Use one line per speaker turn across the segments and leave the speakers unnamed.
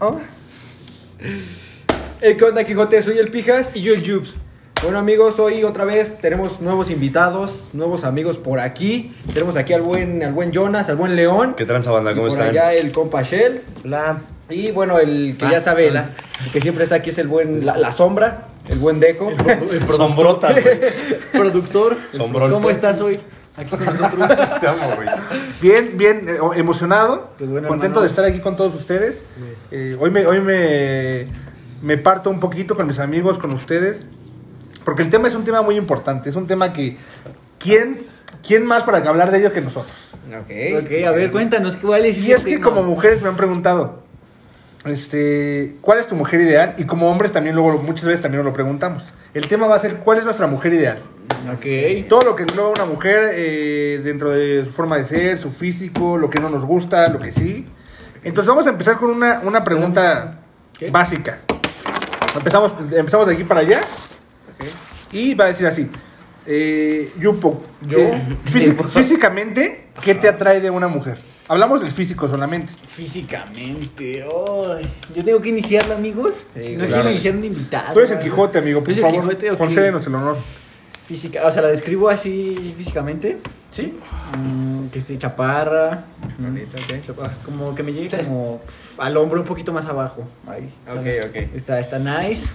Oh. Hey, Eh, ¿qué onda, Quijote? Soy el Pijas
Y yo el Jubes.
Bueno amigos, hoy otra vez tenemos nuevos invitados, nuevos amigos por aquí. Tenemos aquí al buen, al buen Jonas, al buen León.
¿Qué tranza, banda?
Y
¿Cómo
por
están?
allá el compa Shell.
La.
Y bueno, el que
Ah,
ya sabe, el,
hola.
el que siempre está aquí es el buen La, la Sombra, el buen Deco.
Sombrota, güey.
Productor.
Sombrón.
¿Cómo estás hoy? Aquí con nosotros.
Te amo, güey.
Bien, bien eh, o- emocionado,
Pues bueno,
contento
hermano.
de estar aquí con todos ustedes. Eh, hoy me, hoy me, me parto un poquito con mis amigos, con ustedes, porque el tema es un tema muy importante, es un tema que ¿quién, quién más para que hablar de ello que nosotros?
ok, a ver, cuéntanos cuál es
Y es
ese
que
tema?
como mujeres me han preguntado, este, ¿cuál es tu mujer ideal? Y como hombres también luego muchas veces también nos lo preguntamos. El tema va a ser ¿cuál es nuestra mujer ideal?
Ok.
Todo lo que engloba una mujer eh, dentro de su forma de ser, su físico, lo que no nos gusta, lo que sí. Entonces vamos a empezar con una, una pregunta
¿Qué?
básica. Empezamos, empezamos de aquí para allá. Y va a decir así. Eh, Yupo, eh, físic- físicamente, ¿qué te atrae de una mujer? Hablamos del físico solamente.
Físicamente. ay. Yo tengo que iniciarla, amigos.
Sí,
no
claro.
quiero iniciar un invitado.
Tú eres el
Ah, ¿vale?
Quijote, amigo,
¿Yo
por
soy el
favor.
Quijote o qué?
Concédenos el honor.
Física, o sea, la describo así físicamente.
Sí.
Mm, que esté chaparra. mm, chaparra, Como que me llegue como pf, al hombro un poquito más abajo. Ahí.
Ok, ok.
Está, está nice.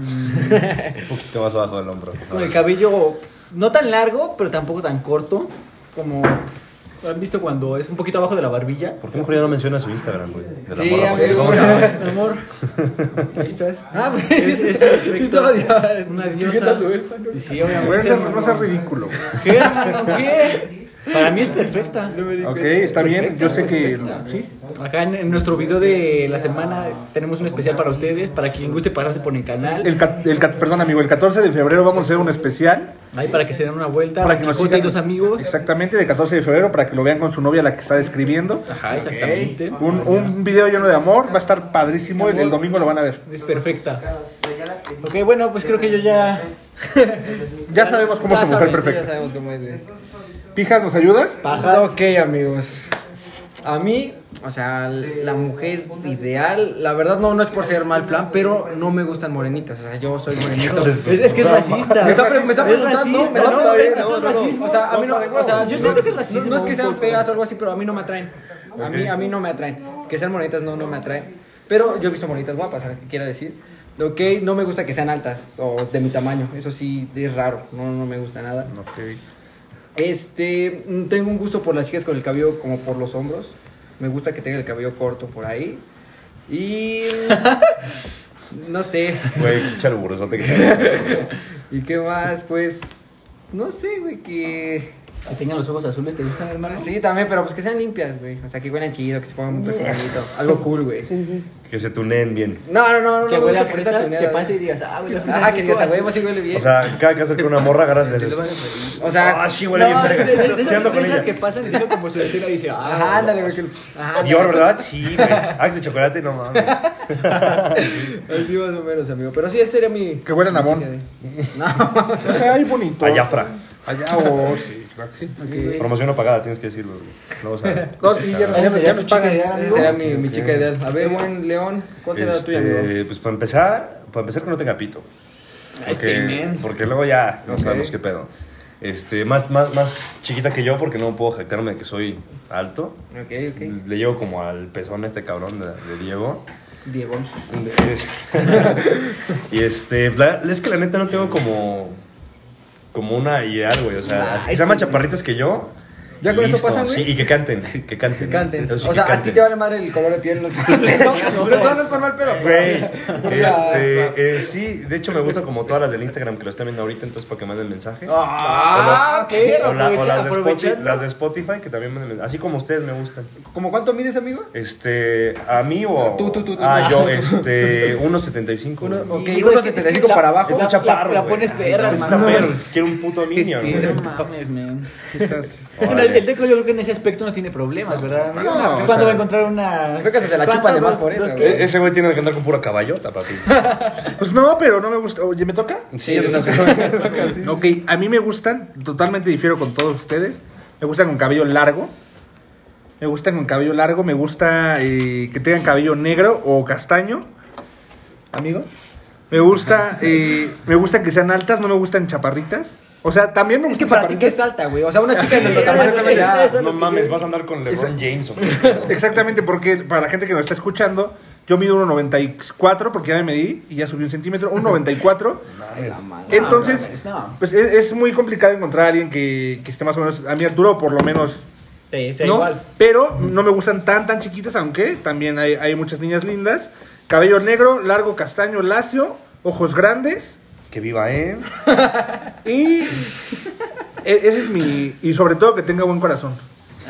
Un poquito más abajo del hombro.
Con el cabello no tan largo, pero tampoco tan corto. Como han visto cuando es un poquito abajo de la barbilla.
¿Por qué mejor ya no menciona su Instagram, güey? De la
Sí, amigo.
morra, porque es como-
Mi amor. Ahí estás.
Ah, pues, sí,
es
sí,
perfecto.
estaba ya
Una
escribiendo
diosa.
a su elfa, ¿no?
Y sí,
No
obviamente.
seas,
hermano.
no seas ridículo.
¿Qué? hermano? ¿Qué? Para mí es perfecta.
Ok, está bien. Yo sé que...
Perfecta.
¿sí?
Acá en, en nuestro video de la semana tenemos un especial para ustedes, para quien guste pasarse por el canal.
El, cat- el cat- perdón, amigo, el 14 de febrero vamos a hacer un especial
Ahí para que se den una vuelta.
para que nos
Quijote y
sigan.
los amigos.
Exactamente, de 14 de febrero para que lo vean con su novia, la que está describiendo.
Ajá, exactamente.
Un, un video lleno de amor, va a estar padrísimo. El, el domingo lo van a ver.
Es perfecta. Ok, bueno, pues creo que yo ya.
Ya sabemos cómo es su
Ya
Sí,
mujer
saben,
ya
perfecta.
sabemos cómo es, güey.
Pijas, ¿nos ayudas?
Pajas.
Ok, amigos. A mí, o sea, la mujer ideal, la verdad no, no es por ser mal plan, pero no me gustan morenitas. O sea, yo soy morenito.
Es, es que es racista.
Me está, pre- me está
Es
preguntando,
racista,
me está
no,
preguntando,
es que
no,
esto es
no, no.
racismo.
O sea, a mí no, o sea,
Yo siento que es racismo.
No, no es que sean feas o algo así, pero a mí no me atraen. A mí, a mí no me atraen. Que sean morenitas no, no me atraen. Pero yo he visto morenitas guapas, ¿sabes qué quiero decir? Ok, no me gusta que sean altas o de mi tamaño. Eso sí, es raro. No, no me gusta nada. Este, mm, tengo un gusto por las chicas con el cabello como por los hombros. Me gusta que tenga el cabello corto por ahí. Y... mm, no sé.
ah, Güey, pinche alburosote que te
¿Y qué más? Pues... No sé, güey, que...
Que tengan los ojos azules, ¿te gustan, hermano?
Sí, también, pero pues que sean limpias, güey. O sea, que huelan chido, que se pongan un perfumito. Algo cool, güey.
Que se tuneen bien.
No, no, no, no.
Que
no me
huele
gusta
a
que sea
fresas, que
tuneada.
pase y digas, ah, huele a fresas.
Ah, que digas,
rico,
a huevo,
así".
sí huele bien.
O sea, cada que hacer con una morra, agarras y le dices.
O sea,
Ah, sí, huele bien
No, de- de-
verga.
de-
Sí, ando
de
con
esas
ella.
que pasan y dicen como su estilo dice, ah,
ajá, ándale, güey. que- Ajá,
Dior,
ándale,
ah, ¿verdad? Sí, güey. Axe de chocolate, no mames.
Así más o menos, amigo. Pero sí, ese sería mi.
Que huelan a Bon.
No.
O sea, Ay, bonito.
A Jafra.
Allá, o sí, claro que sí.
Promoción apagada, tienes que decirlo, güey. No vas a ver.
No, es que ya, ya me- ya me pagan.
Esa sería mi, mi chica ideal. A ver, buen León, ¿cuál será la tuya, amigo?
Este, pues para empezar, para empezar que no tenga pito. Porque, porque luego ya no
Ok.
sabemos qué pedo. Este, más, más, más chiquita que yo porque no puedo jactarme de que soy alto.
Ok, ok.
Le llevo como al pezón a este cabrón de, de Diego.
Diego.
y este, la- es que la neta no tengo como como una ideal, güey. O sea,
Nah,
así que
es
sean más
que-
chaparritas que yo.
¿Ya con eso pasan, güey?
Sí, y que canten, que canten.
Que canten.
Eso sí,
O
que
sea, a
canten.
ti te vale madre el color de piel. No, no, no, no es por mal pedo.
Güey,
sea,
este, eh, sí, de hecho me gusta como todas las del Instagram que lo están viendo ahorita, entonces para que manden mensaje.
Ah,
Ah, ok.
o, la- o las, de
Aprovecha-
Spotify, las de Spotify que también manden mensaje. Así como ustedes me gustan.
¿Cómo cuánto mides, amigo?
Este, a mí o.
Tú, tú, tú, tú.
Ah, yo, este, 1.75.
Uno-
güey.
Ok,
Y,
unos
güey,
75
la-
para abajo.
Está
la-
chaparro.
La
güey.
pones perra,
Está
hermano.
perro. Quiero un puto niño,
Sí,
güey.
no mames, man.
Sí, estás.
El,
Órale.
el Deco yo creo que en ese aspecto no tiene problemas, ¿verdad? amigo?
no,
¿Cuándo
o sea,
va a encontrar una...?
creo que hasta se la
¿Cuánto?
chupa de más
Dos-
por eso,
dos-
güey.
E- ese güey tiene que andar con pura caballota, papi.
Pues no, pero no me gusta. Oye, ¿me toca?
Sí, no sé.
Ok, a mí me gustan, totalmente difiero con todos ustedes. Me gustan con cabello largo. me gusta con cabello largo, me gusta eh, que tengan cabello negro o castaño. Amigo. Me gusta, eh, me gusta que sean altas, no me gustan chaparritas. O sea, también me
Es que
gustan
para ti que
chaparritas.
es alta, güey. O sea, una chica de nuestro
Sí,
tamaño
eso
eso ya-
es- eso es-
No mames, vas a andar con LeBron James. o qué?
Exactamente, porque para la gente que nos está escuchando, yo mido 1.94 porque ya me medí y ya subí un centímetro, 1.94.
Ay, la madre.
Entonces,
No, no.
pues es, es muy complicado encontrar a alguien que, que esté más o menos a mi altura o por lo menos
Sí, sí,
¿no?
igual.
Pero no me gustan tan tan chiquitas, aunque también hay, hay muchas niñas lindas. Cabello negro, largo, castaño, lacio, ojos grandes
Que viva, ¿eh?
y e- ese es mi y sobre todo que tenga buen corazón.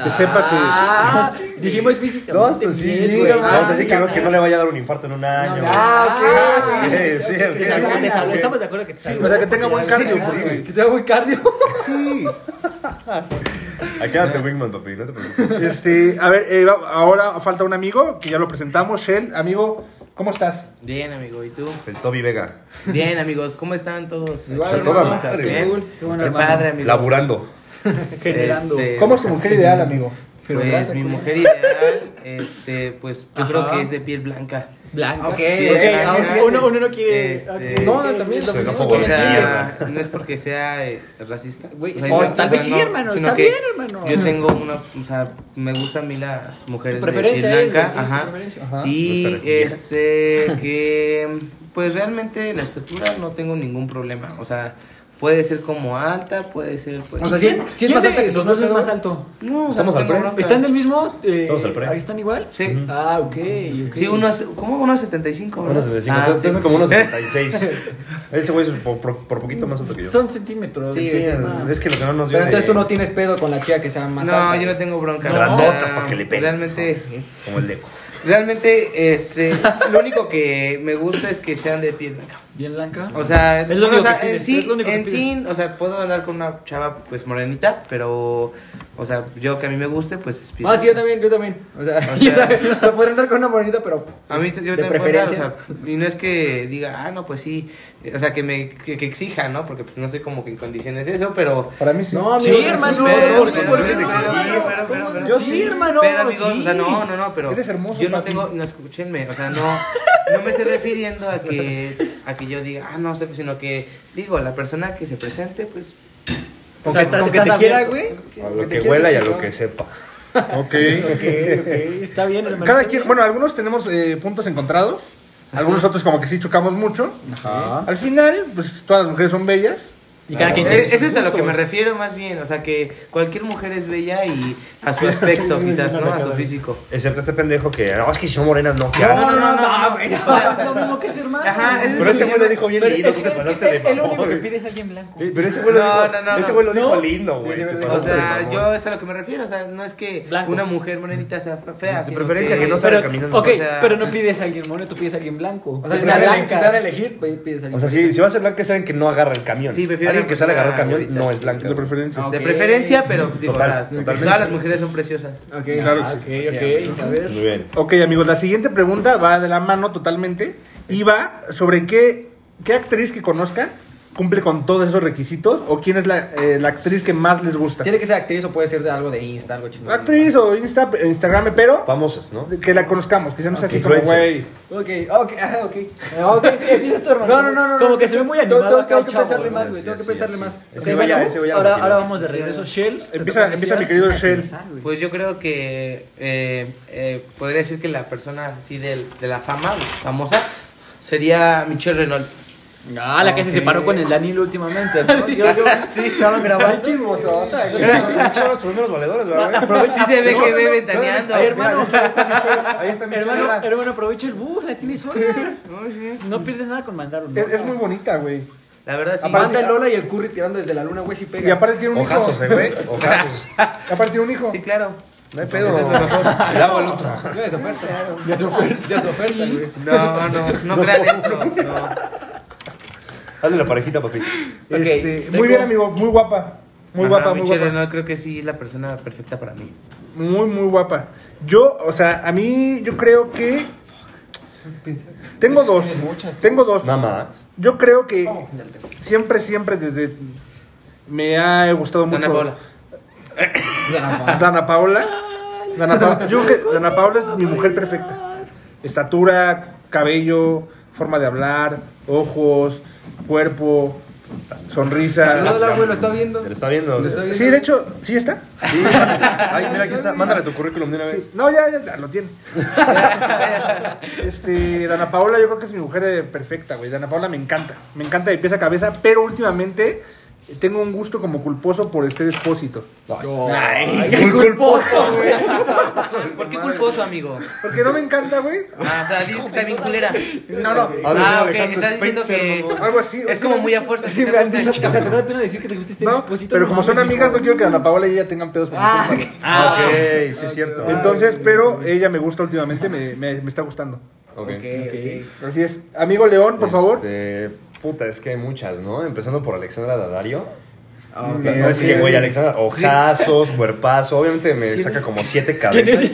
Que sepa que
Ah, dijimos física.
No, sí, sí, sí, no, o sea, sí
Ah,
que, no, que no le vaya a dar un infarto en un año.
Ah, ok.
güey. Sí, sí, ok,
te salga,
ok,
te salga,
ok.
Estamos de acuerdo que te
Sí,
salga.
o sea, que tenga buen cardio,
sí,
porque-
güey.
Que te hago muy cardio.
sí.
Acárate, Wingman, papi, no te preocupes.
Este, a ver, eh, va- ahora falta un amigo que ya lo presentamos, Shell, amigo, ¿cómo estás?
Bien, amigo, ¿y tú?
El Toby Vega,
Bien, amigos, ¿cómo están todos?
Igual,
sea,
Aquí,
toda
amigos,
madre,
bien.
güey.
Qué padre, amigos.
laburando.
Generando.
Este,
¿Cómo es tu mujer ideal, amigo?
Pues mi mujer ideal, este, pues yo
Ajá.
creo que es de piel blanca.
Blanca.
Ok,
Piel
ok,
blanca,
ok,
uno- uno no quiere-
este,
No, no, también.
Se
también.
enojó,
O
güey.
sea, no es porque sea eh, racista.
Güey,
O sea,
o
yo-
tal
o
vez
sea,
sí,
no,
hermano,
sino
está
que
bien, hermano.
Yo tengo una, o sea, me gustan a mí las mujeres de piel
preferencia es,
blanca.
güey, sí, es tu
ajá.
preferencia.
Ajá.
Y
Me gustan las viejas.
este, que pues realmente la estatura no tengo ningún problema. O sea, puede ser como alta, puede ser pues.
O sea, sí, sí es
¿Quién
más
de
alta que tú,
los dos es
Pedro?
más alto?
No, o sea,
Estamos
no
al
tengo
pre.
broncas.
¿Están del mismo? Eh,
Todos al pre.
¿Ahí están igual?
Sí.
Ah, ok. okay.
Sí, unos, como unos 75, ¿verdad?
Unos 75,
Ah,
entonces
sí.
entonces como unos 76. Ese güey es por, por- por poquito más alto que yo.
Son centímetros. Este,
Sí,
Sí,
hermano.
es que lo que no nos dio
Pero entonces
de-
tú no tienes pedo con la chica que sea más alta.
No, yo no tengo broncas.
Las
O sea,
notas para que le peguen.
Realmente,
Como el Deco.
realmente, este, lo único que me gusta es que sean de piel blanca.
Bien blanca.
O sea,
Es lo
o
único
sea,
que
en
pides,
sí,
es lo único que
en sí, o sea, puedo andar con una chava pues morenita, pero, o sea, yo que a mí me guste, pues es piel
Ah, sí, yo
blanca.
también, yo también. O sea,
O
yo
sea-
también. No podría andar con una morenita, pero.
A mí yo
de
también puedo
preferencia.
andar, o sea, y no es que diga, ah, no, pues sí, o sea, que me que, que exija, ¿no? Porque pues no estoy como que en condiciones de eso, pero
Para mí sí.
No, amigo.
Sí,
tranquilo,
hermano,
pero-
¿por qué
pero-
no?
pero-
Pero, pero, pero,
Yo sí, hermano.
Pero amigos,
sí.
o sea, no, no, no, pero
Eres hermoso,
yo no
papi.
tengo, no escúchenme, o sea, no, no me estoy refiriendo a que, a que yo diga, ah, no, estoy- sino que digo, la persona que se presente, pues,
O sea,
Estás-
con que te
estás
quiera,
abierto.
güey.
A lo que huela y a lo que sepa.
Ok.
Ok, ok, está bien, hermano.
Cada quien, bueno, algunos tenemos eh, puntos encontrados, algunos otros como que sí chocamos mucho. Al final, pues todas las mujeres son bellas.
Y cada quien
Eh,
tiene
Eso
sus
es a lo que me
gustos.
refiero más bien, o sea que cualquier mujer es bella y a su aspecto quizás, ¿no? A su físico.
Excepto este pendejo que, no, es que si son morenas no, qué
No,
asco.
no, no, no,
güey,
no.
O sea, es lo mismo que es hermano.
Ajá, ese es
Pero ese güey lo dijo bien
Pero
lindo,
es
tú
que-
te
es
pasaste
que
de
el- el
mamón,
único que
güey.
pide es alguien blanco.
Eh, Pero ese güey lo
No,
dijo,
no, no,
ese
no.
güey lo dijo
No.
lindo,
Sí,
güey.
sí,
te
lo dijo.
O
pasaste de
sea,
mamón.
yo es a lo que me refiero, o sea, no es que
Blanco.
una mujer morenita sea fea.
De
sino
preferencia que no sea-
Pero,
caminando,
ok,
o sea-
pero no pides a alguien mono, tú pides a alguien blanco.
O sea, si te
Pero
dan a
blanca.
elegir- si te dan a elegir, pues pides a alguien.
O sea, si, si va a ser blanca, saben que no agarra el camión.
Sí,
Alguien
prefiero la
que sale a agarrar el
persona
camión
ahorita.
no es blanca.
De
güey.
preferencia.
Ah,
De
Ok.
preferencia, pero digo,
Total,
o sea,
totalmente.
todas las mujeres son preciosas.
Ok,
Claro
Ah,
que
Ok,
sí.
ok, a ver.
Muy bien.
Ok, amigos, la siguiente pregunta va de la mano totalmente y va sobre qué, qué actriz que conozcan cumple con todos esos requisitos o quién es la, eh, la actriz que más les gusta.
Tiene que ser actriz o puede ser de algo de Insta, algo chingón.
Actriz o Insta, Instagram, pero
Famosas, ¿no?
que la conozcamos, que sea no sea así como,
Influencers.
güey.
Ok, ok, ah, ok.
Eh, Ok, empieza tu hermano.
No, no, no, no.
Como
no,
que
no,
se ve muy
no,
animado.
Tengo,
acá
tengo
el
que
chavo,
pensarle
¿no?
más, güey. Tengo que
Sí, sí,
pensarle
sí.
más.
Ese güey ya- ese güey ya lo
ahora,
imaginó.
ahora vamos de regreso, Shell. te
Empieza,
toca
empieza mi
iniciar.
querido Shell.
Pues yo creo que eh, eh, podría decir que la persona así del- de, la fama, famosa, sería Michelle Renault.
Ah, la que se
Ok.
separó con el Danilo últimamente. ¿no? Yo, yo, sí, estaba
Ay,
grabando.
chismosota.
Son los primeros valedores, ¿verdad? güey?
Sí se ve que ve ventaneando.
Ay, hermano,
Ahí está mi
hermano,
chela.
hermano, aprovecha el bus, la tienes sola. No pierdes nada con mandar un
Es, es muy bonita, güey.
La verdad sí.
Manda el Lola y el Curry tirando desde la luna, güey, si
Y
pega.
aparte tiene un
Ojazos,
hijo.
eh, güey. Ojazos.
Aparte tiene un hijo.
Sí, claro.
No hay pedo. Le hago el otro.
No, es oferta. Ya es oferta. Ya es oferta, güey.
No, no, no crean eso. No.
Hazle la parejita, papi.
Este,
Ok,
muy
tengo-
bien, amigo. Muy guapa. Muy
Ajá,
guapa, muy
Michelle
guapa.
Renaud creo que sí es la persona perfecta para mí.
Muy, muy guapa. Yo, o sea, a mí yo creo que... Tengo dos. Tengo dos.
Nada más.
Yo creo que
Oh,
siempre, siempre desde... Me ha gustado
Dana
mucho...
Paola.
Ya, no,
Dana Paola. Dana, Pa- yo creo que Dana Paula es mi mujer perfecta. Estatura, cabello, forma de hablar, ojos, cuerpo,
No, el
sonrisa.
árbol lo está viendo.
Te lo está viendo.
Lo está viendo.
Sí, de hecho, sí está.
Sí. Ay, mira, aquí está. Mándale tu currículum de una
Sí.
vez.
No, ya, ya, ya, lo tiene. este, Dana Paola, yo creo que es mi mujer eh, perfecta, güey. Dana Paola me encanta. Me encanta de pies a cabeza, pero últimamente eh, tengo un gusto como culposo por este despósito.
¡Qué culposo, güey!
Pues, ¿Por qué culposo, amigo?
Porque no me encanta, güey.
Ah, o sea, dices que está bien culera.
No, no.
de ser
Ah, ok,
Alejandro
estás diciendo
Spitzer,
que.
¿no?
Algo así.
Es como muy a fuerza. si
Sí,
te
me han
gusta.
dicho, o sea, te da pena decir que te gusta este
No,
dispositivo.
pero
No,
como son
mames,
amigas,
hijo.
no quiero que Dana Paola y ella tengan pedos por
Ah,
culpa, güey.
Ah, ok, sí es cierto.
Entonces, pero ella me gusta últimamente, me, me- me está gustando.
Ok.
Así es. Amigo León, por favor.
Este, puta, es que hay muchas, ¿no? Empezando por Alexandra Daddario.
Ah, ok.
No, es que, güey, Alexandra, ojazos, cuerpazo. Obviamente me saca como siete cabezas.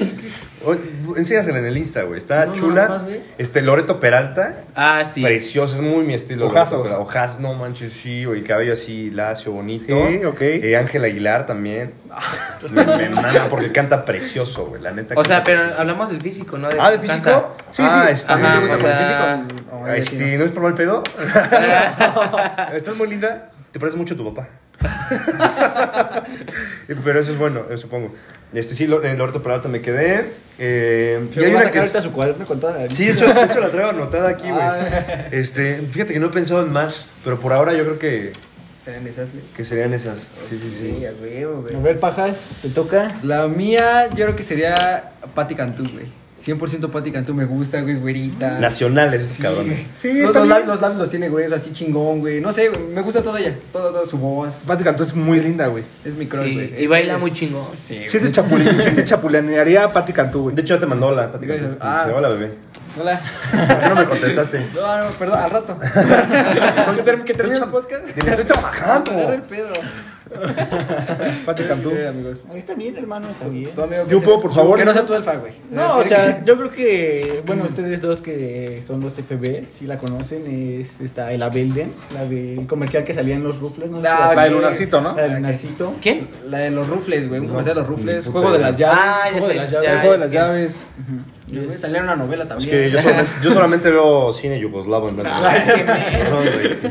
Oye, Enséñasela en el Insta, güey. Está
No,
chula.
no, no, güey.
este, Loreto Peralta.
Ah, sí.
Preciosa, es muy mi estilo.
Ojazos.
Loreto Peralta. Ojaz, no manches, sí, güey. Cabello así, lacio, bonito.
Sí, ok.
Eh, Ángel Aguilar también. me, me mama porque canta precioso, güey. La neta.
O sea,
canta
pero
precioso.
hablamos del físico, ¿no? De
Ah, ¿de
cómo
físico?
canta.
Sí,
ah,
sí.
Este,
Ajá,
¿Te gusta
o
por el
sea,
físico? No,
Ay,
ella sí,
sí, ¿no es por mal pedo? Estás muy linda, te pareces mucho a tu papá. Pero eso es bueno, eh, supongo. Este sí, lo- en Loreto Peralta me quedé. Eh, y
Yo
hay
voy a
una
sacar
que es-
ahorita su Ah. cuaderno con toda la
Sí, de hecho, de hecho la traigo anotada aquí, güey. Este, fíjate que no he pensado en más, pero por ahora yo creo que,
Serán esas, güey.
que serían esas. Sí, sí,
Sí,
sí.
a huevo, güey.
A ver, pajas, te toca.
La mía, yo creo que sería Patti Cantú, güey. 100% Patti Cantú me gusta, güey, es güerita.
Nacionales, esos cabrones.
güey.
Sí,
los,
está
los,
bien.
labios, los labios los tiene, güey, es así chingón, güey. No sé, güey, me gusta toda ella. Toda, toda su voz.
Pati Cantú es muy linda, güey.
Es mi crush,
Sí,
güey.
y baila muy chingón.
Sí,
Sí te, chapulin- sí te chapulinearía a Pati Cantú, güey.
De hecho, ya te mandó la plática.
Ah.
Dice, Hola, bebé.
Hola.
¿Por qué no me contestaste?
No, no, perdón, al rato. que term- que termine el podcast.
Dile, Estoy
Agarra el
trabajando.
pedo.
Pati Cantú.
Sí, amigos.
Está bien, hermano, está bien.
Tu amigo, ¿qué
Yo
será?
puedo, por favor.
Que no sea tu alfa, güey.
No, o
Eh, Tiene que
sea,
ser-
yo creo que, bueno, ustedes dos que son los TPB, si la conocen, es esta, el Abelde, la del comercial que salía en los rufles, ¿no? sé si
Ah,
la-
La de Lunarcito, ¿no?
La del Lunarcito.
¿Quién?
La de los rufles, güey. Un comercial de los rufles.
ni puta
Juego de
idea.
las llaves.
Ah, ya
juego de
sé,
las
ya,
llaves,
El juego de
es
las
que-
llaves.
Güey, Salió en una novela
Es
también.
que yo solamente, yo solamente veo cine yugoslavo en verdad.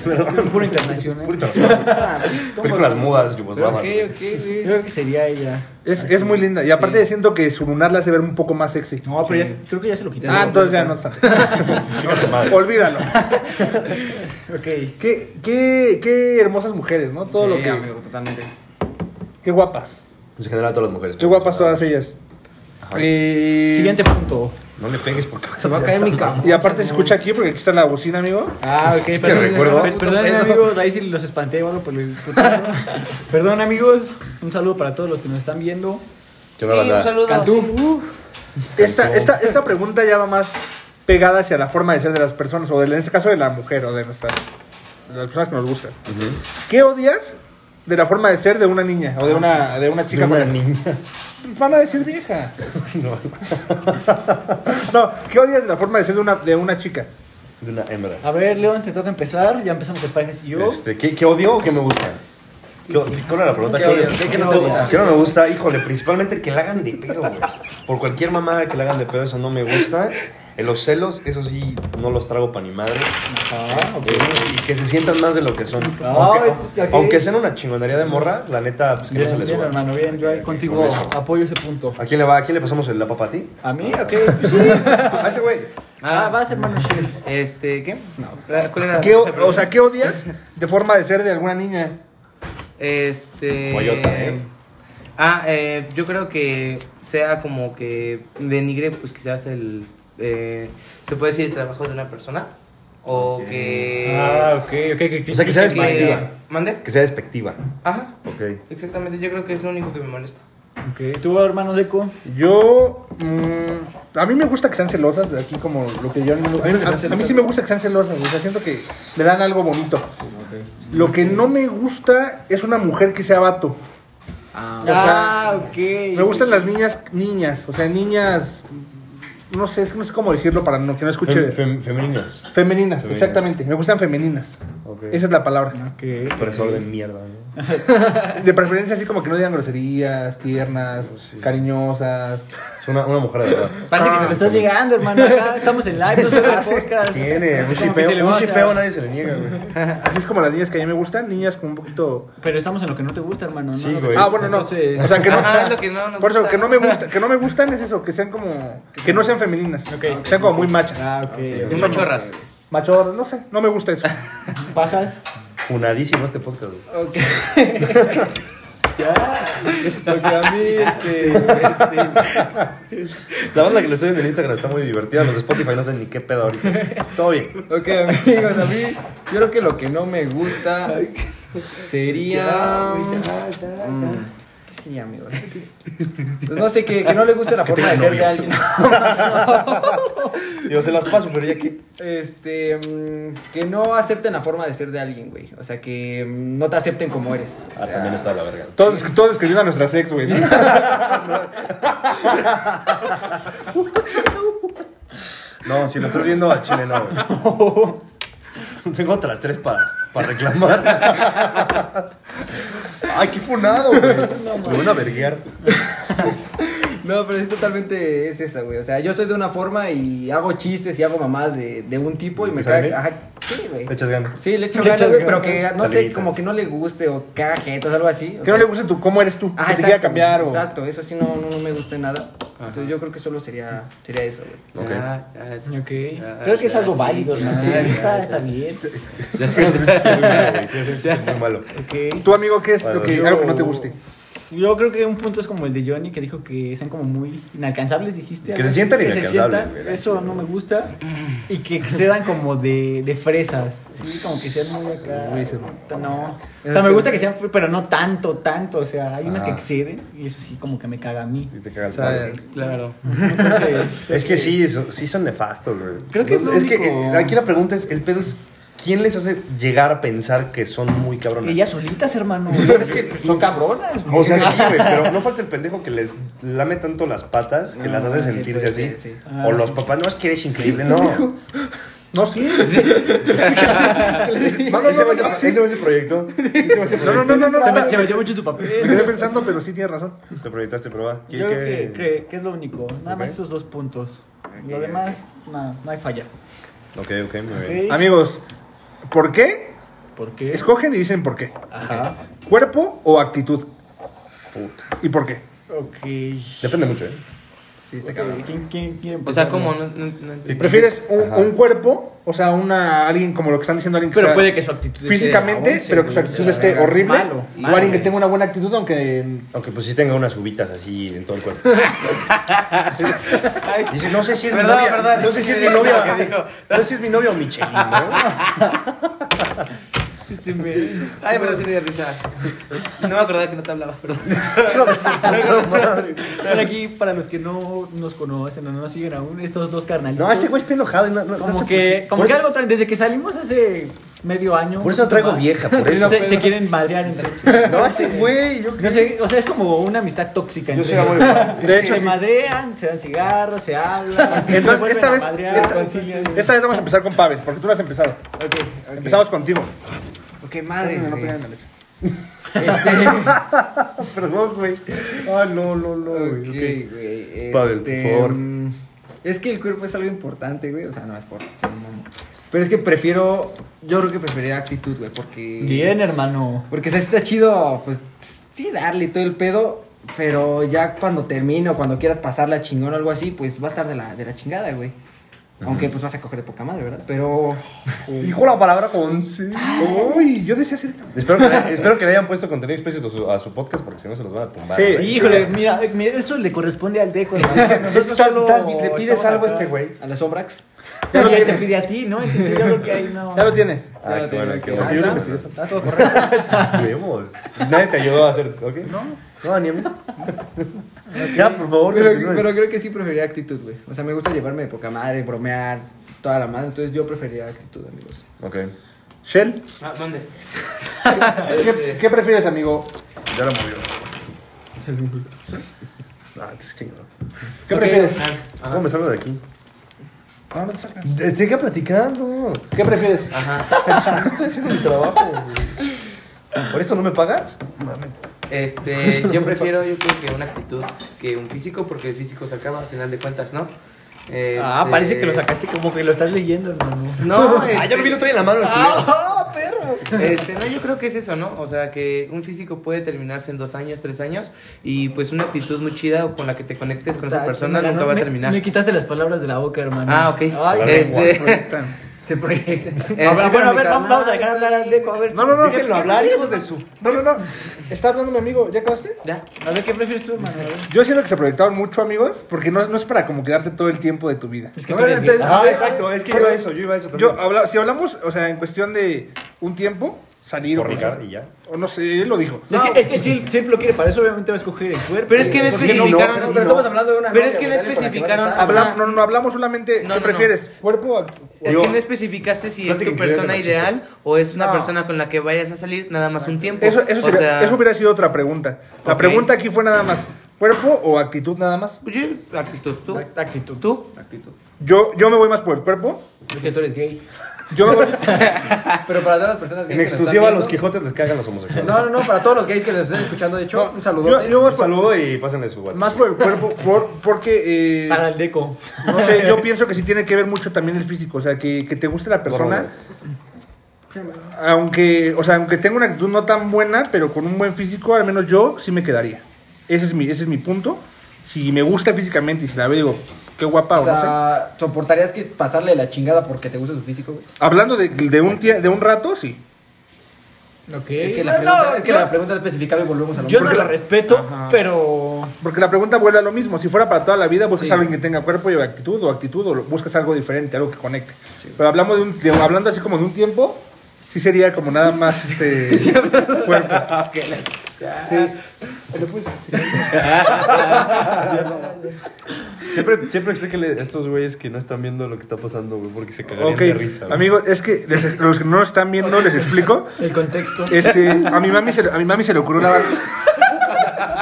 Perdón, güey.
Puro internacional.
Purito.
Ah, pues, ¿cómo?
Películas mudas
Pero ok,
yugoslavas. güey.
ok,
Yo
güey.
creo que sería ella.
Es, es muy linda. Y aparte siento que su lunar la hace ver un poco más sexy.
No, pero ya, creo que ya se lo quitaron.
Ah, entonces ya no está.
Chicas de madre.
Olvídalo.
Ok.
Qué, qué, qué hermosas mujeres, ¿no? Todo
Sí,
lo que.
amigo, totalmente.
Qué guapas.
En general, todas las mujeres. pues,
Qué guapas todas ellas.
Ajá.
Eh,
Siguiente punto.
No le pegues porque vas
Se va a caer mi cama.
Y aparte se escucha aquí porque aquí está la bocina, amigo.
Ah, ok,
que recuerdo.
Per- Perdón,
Puto pedo.
amigos, ahí sí los espanté o algo por el putazo. Perdón, amigos, un saludo para todos los que nos están viendo.
Yo no la
Sí, un
nada.
saludo.
Cantú.
Esta, esta, esta pregunta ya va más pegada hacia la forma de ser de las personas, o del- en este caso de la mujer, o de, nuestras, de las personas que nos gustan. ¿Qué odias de la forma de ser de una niña o de una, de una chica?
Chica para
con-
niña.
Van a decir vieja.
No,
No, ¿qué odias de la forma de ser de una, de una chica?
de una hembra.
A ver, León, te toca empezar. Ya empezamos el pajes y yo.
Este, ¿qué, qué odio o qué me gusta? ¿Qué, o- ¿Cuál era la pregunta?
¿Qué odias? ¿Qué- qué no te gusta?
¿Qué no me gusta? Híjole, principalmente que la hagan de pedo, güey. Por cualquier mamada que la hagan de pedo, eso no me gusta. Eh, Los celos, eso sí, no los trago pa' ni madre.
Ah,
Este, y que se sientan más de lo que son. aunque,
ok.
aunque sean una chingonería de morras, la neta, pues que no se
Bien,
les
bien,
suba.
hermano, bien, yo ahí contigo apoyo ese punto.
¿A quién le va? ¿A quién le pasamos el, la papa a ti?
¿A mí? Ok, pues sí.
A ese güey.
Ah, vas, hermano Shell.
Este, ¿qué? No. ¿Cuál era?
¿Qué, o, o sea, ¿qué odias de forma de ser de alguna niña?
Este.
Coyota, ¿eh?
Ah, eh, yo creo que sea como que denigre, pues quizás el. eh, se puede decir el trabajo de una persona. O que.
Ah, ok, ok. que-
O sea, que sea
que-
despectiva.
¿Mande?
Que sea despectiva.
Ajá,
Ok.
exactamente. Yo creo que es lo único que me molesta.
Ok, tú, hermano Deco.
Yo. mm, a mí me gusta que sean celosas, aquí como lo que yo. A mí, a- a mí sí me gusta que sean celosas, o sea, siento que le dan algo bonito. Lo que no me gusta es una mujer que sea vato. O sea,
Ah, ok.
me gustan las niñas, niñas, o sea, niñas. No sé, es que no sé cómo decirlo para no, que no escuche.
Fem- fem- femeninas.
femeninas,
femeninas.
exactamente, me gustan femeninas.
Ok.
Esa es la palabra.
Ok.
Opresor de mierda, ¿no?
De preferencia así como que no digan groserías, tiernas,
Oh,
cariñosas.
Es una, una mujer de verdad.
Parece que te lo estás llegando, hermano. Acá estamos en live, no solo en podcast.
Tiene, un
Como que se
shipeo,
le
un
va, o sea,
shipeo nadie se le niega, güey.
Así es como las niñas que a mí me gustan, niñas como un poquito...
Pero estamos en lo que no te gusta, hermano. ¿no?
Sí,
Lo que
güey.
te
Ah,
gusta,
bueno, no.
Entonces,
O sea, que no,
Ajá, es lo que no nos
por eso,
gusta.
que no me gusta, que no me gustan es eso, que sean como que no sean femeninas,
Ok.
sean como muy machas.
Ah, ok.
Es machorras.
Machorro, no sé, no me gusta eso.
Pajas.
Funadísimo este podcast, güey.
Ok.
Lo que a mí, este. pues, sí.
La banda que le estoy viendo en Instagram está muy divertida. Los de Spotify no saben ni qué pedo ahorita. Todo bien.
Ok, amigos, a mí yo creo que lo que no me gusta sería... Mm. ¿Qué sería, amigo? Pues no sé, que, que no le guste la forma de ser de alguien.
Digo, se las paso, pero ya que.
Este, mm, que no acepten la forma de ser de alguien, güey. O sea, que mm, no te acepten como eres. O
Ah,
sea,
también está la verga.
Todos, todos escribiendo a nuestra sex, güey. ¿no?
No, si lo estás viendo a Chile, no, güey. Tengo otras tres para para reclamar. Ay, qué funado, güey. Me van a verguear.
No, pero es totalmente es esa, güey. O sea, yo soy de una forma y hago chistes y hago mamás de, de un tipo y me
¿Te sale
cae.
bien?
Ajá, sí, güey.
Le echas ganas.
Sí, le echo
Le
ganas,
echas
güey, pero
ganas.
que no sé,
Salidita.
como que no le guste o caga jetas, algo así. O
Que
sea,
no le guste tu cómo eres
Ah,
tú,
Ajá,
que te quiera
exacto,
cambiar o
Exacto, eso sí no, no, no me gusta nada. Entonces yo creo que solo sería, sería eso, güey.
Ah, ah,
Ok. Creo que es algo válido, hermano.
Sí,
Está, está bien.
Tienes un chiste muy malo, güey. Tienes un chiste muy malo.
Ok.
tu amigo qué es lo
Bueno,
que
yo-
algo que no te guste.
Yo creo que un punto es como el de Johnny, que dijo que sean como muy inalcanzables, dijiste.
Que
algo
se
así.
sientan
Que se
inalcanzables,
sientan,
güey.
Eso no me gusta. Y que sean como de, de fresas. Sí, como que sean muy acá.
Uy, ese no.
No. O sea, me gusta que sean, fre- pero no tanto, tanto. O sea, hay unas que
Ajá.
exceden y eso sí como que me caga a mí.
Sí, te caga el
O sea,
palo.
Claro. Entonces,
Es que sí, son- sí son nefastos, güey.
Creo que es lo
Es que
único.
eh, aquí la pregunta es, el pedo es, ¿quién les hace llegar a pensar que son muy cabrones?
Ellas solitas, hermano.
Es que-
son cabronas. güey.
O sea, sí, güey, pero no falta el pendejo que les lame tanto las patas que las hace sentirse
sí,
así.
sí.
Ah,
O los
sí.
papás, no, es que eres increíble, no.
No, sí.
No, no, ese va ese- ese va ese proyecto.
No, no, no, no, no.
Se me-
no.
Se
Me
metió mucho en su papel.
quedé pensando, pero sí tienes razón.
Te proyectaste, prueba.
Yo creo que, que- que es lo único. Nada más
Ok.
esos dos puntos. Lo
Ok,
demás, no, no hay falla.
Ok, ok, muy bien.
Ok.
Amigos, ¿por qué?
¿Por qué?
Escogen y dicen por qué.
Ajá.
¿Cuerpo o actitud?
Puta.
¿Y por qué?
Ok.
Depende mucho, ¿eh?
Sí, está cabrón.
¿Quién, quién, quién
O sea,
empezó?
como no, no, no entiendo.
¿Prefieres un,
Ajá.
un cuerpo? O sea, una alguien como lo que están diciendo, alguien que
Pero
sea
puede que su actitud esté
físicamente,
aún,
pero
sí,
que su
güey,
actitud
la
esté
verga.
horrible.
Malo,
o
malo,
alguien que
güey.
tenga una buena actitud, aunque.
Aunque pues sí tenga unas uvitas así en todo el cuerpo. Dice, no sé si es
Perdón,
mi novia.
perdón.
No sé si es mi
Lo que
novia.
dijo.
No sé si es mi novia o Michelin, ¿no?
Este me-
Ay, perdón, sí me dio risa. No me acordaba que no te hablaba, perdón.
Bueno, aquí, para los que no nos conocen o no nos siguen aún, estos dos carnalitos.
No, ese güey está enojado. y No, no, no
Como
sé
que,
por-
como
por
que
eso-
algo traen. Desde que salimos hace medio año.
Por eso traigo vieja, por eso.
Se, se quieren madrear entre ellos.
No, ese güey. Yo,
No sé, o sea, es como una amistad tóxica.
yo
entre
soy
ellos.
amor igual.
De
Es que-
hecho,
Se
sí.
madrean, se dan cigarros, se hablan. se
Entonces,
vuelven
esta
a
vez-
madrear,
esta-
concilian.
Esta vez vamos a empezar con Pavel, porque tú lo has empezado.
Ok, ok.
Empezamos contigo.
Ok, madres,
No
güey.
pegan en la mesa.
Este,
Perdón, güey. Ah, no, no, no, güey.
Ok,
ok.
güey,
Pavel, por
este,
favor.
mm, Es que el cuerpo es algo importante, güey. O sea, no es por. no, no. Pero es que prefiero. Yo creo que preferiría actitud, güey, porque.
Bien, hermano.
Porque o sea, sí está chido, pues sí, darle todo el pedo. Pero ya cuando termine o cuando quieras pasarla chingón o algo así, pues va a estar de la, de la chingada, güey. Aunque pues vas a coger de poca madre, ¿verdad? Pero.
Dijo la palabra con sí.
Uy, yo decía hacer.
Espero que, le- espero que le hayan puesto contenido explícito a su, a su podcast porque si no se los van a tumbar.
Sí.
güey.
Híjole, mira, eh, mira, eso le corresponde al deco. hermano.
Es que
Nosotros
estás-
solo
estás- le pides
estamos
algo a
acá.
este güey.
A las Obrax.
Y ahí te pide a ti, ¿no? Entonces, yo creo que ahí no.
Ya lo tiene.
Ah, qué bueno, qué bueno.
Ah,
yo
ya,
le metí eso.
Está todo correcto.
Vemos. Nadie te ayudó a hacer, ¿ok? No. No, ni a mí. Ya, por favor.
Pero,
continúen.
pero creo que sí preferiría actitud, güey. O sea, me gusta llevarme de poca madre, bromear, toda la madre. Entonces yo preferiría actitud, amigos.
Ok.
Shell,
Ah, ¿Dónde?
¿qué, qué prefieres, amigo?
Ya lo movió. Ah, te chingado.
¿Qué prefieres?
Ah, ajá.
¿Cómo me salgo de aquí?
No, no te sacas.
Sigue platicando.
¿Qué prefieres?
Ajá.
Estoy haciendo mi trabajo. ¿Por eso no me pagas?
Este, yo prefiero, yo creo que una actitud que un físico, porque el físico se acaba al final de cuentas, ¿no?
Ah,
Este,
parece que lo sacaste como que lo estás leyendo, hermano.
No,
Ah, ya
este,
me vi lo trae en la mano. el culero.
Este, no, yo creo que es eso, ¿no? O sea, que un físico puede terminarse en dos años, tres años, y pues una actitud muy chida o con la que te conectes con esa persona
Mira,
nunca
no,
va a
me-
terminar.
Me quitaste las palabras de la boca, hermano.
Ah, ok.
Ay,
Este,
se proyecta.
Eh,
A ver, bueno, a ver,
mi
vamos, vamos a dejar
carnal,
hablar al Deco. A ver,
No, no, no.
Déjenlo hablar, hijos de su.
No, no, no. Está hablando mi amigo. ¿Ya acabaste?
ya.
a ver, ¿qué prefieres tú, hermano? A ver.
Yo siento que se proyectaron mucho, amigos, porque no, no es para como quedarte todo el tiempo de tu vida.
Es que tú
Bueno,
eres gay.
entonces-
Ah, exacto, es que yo iba a eso, yo iba a eso también.
Yo, habla- si hablamos, o sea, en cuestión de un tiempo, salir o
Fornicar y ya.
O no sé, él lo dijo.
Es que, es que Chip, Chip lo quiere, para eso obviamente va a escoger el cuerpo.
Pero es que no
¿por qué no?
especificaron.
No,
Ah, Pero estamos hablando de una.
Pero
novia,
es que no
güey, dale para que
especificaron-
vaya a estar.
Habla- no, no, no, hablamos solamente.
No,
¿Qué
no, no.
prefieres? ¿Cuerpo a-
Es
Yo-
que no especificaste si es
Plática
tu
increíble,
persona
machista.
ideal o es una
No.
persona con la que vayas a salir nada más un tiempo.
Eso, eso,
o
sería-
sea,
eso hubiera sido otra pregunta. La
Ok.
pregunta aquí fue nada más: ¿cuerpo o actitud nada más?
pues yo- actitud, tú.
Act- Actitud.
Tú.
Actitud.
Yo, yo me voy más por el cuerpo.
Es que tú eres gay.
Yo me voy-
Pero para todas las personas gays
En
que nos están
exclusiva a
viendo-
los Quijotes les cagan los homosexuales.
No, no, no, para todos los gays que nos estén escuchando, de hecho, un
yo,
saludote.
yo voy
Un
por-
saludo y pásenle su WhatsApp.
más por el cuerpo por- porque, eh,
Para el Deco.
no sé, yo pienso que sí tiene que ver mucho también el físico. O sea, que, que te guste la persona.
Hormonas.
Aunque, o sea, aunque tenga una actitud no tan buena, pero con un buen físico, al menos yo sí me quedaría. Ese es mi, ese es mi punto. Si me gusta físicamente y si la veo, digo, qué guapa o,
O
no sé.
sea, ¿soportarías que pasarle la chingada porque te gusta su físico, güey?
Hablando de, de un tie- de un rato, sí.
Ok.
Es que la
No,
pregunta,
no,
es que
yo-
la pregunta especificable volvemos a lo
Yo no
mismo.
la respeto, pero.
Porque la pregunta vuelve a lo mismo. Si fuera para toda la vida, buscas
Sí.
a alguien que tenga cuerpo y actitud, o actitud, o lo- buscas algo diferente, algo que conecte. Pero hablamos de un, de- hablando así como de un tiempo, sí sería como nada más este cuerpo.
Siempre, siempre explíquenle a estos güeyes que no están viendo lo que está pasando, güey, porque se cagarían
Ok,
de risa. güey.
amigos, es que les- los que no lo están viendo, les explico.
El contexto.
Este, a mi mami se, le- a mi mami se le ocurrió lavar,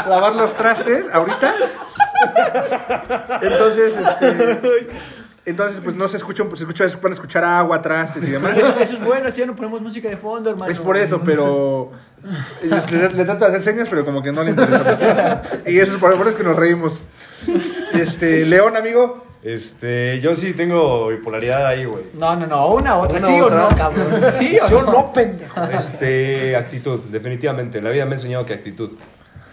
lavar los trastes ahorita. Entonces, este, entonces pues no se escuchan, pues, se escucha, van a escuchar agua, trastes y demás.
Eso, eso es bueno, si ya no ponemos música de fondo, hermano.
Es por eso, pero ellos le, le trata de hacer señas, pero como que no le interesa. y eso es por por eso es que nos reímos. Este, León, amigo,
Este, yo sí tengo bipolaridad ahí, güey.
No, no, no, una u otra.
Una
sí
u otra.
o no, cabrón. Sí o
Yo
no.
no, pendejo. Este, actitud, definitivamente. La vida me ha enseñado que actitud.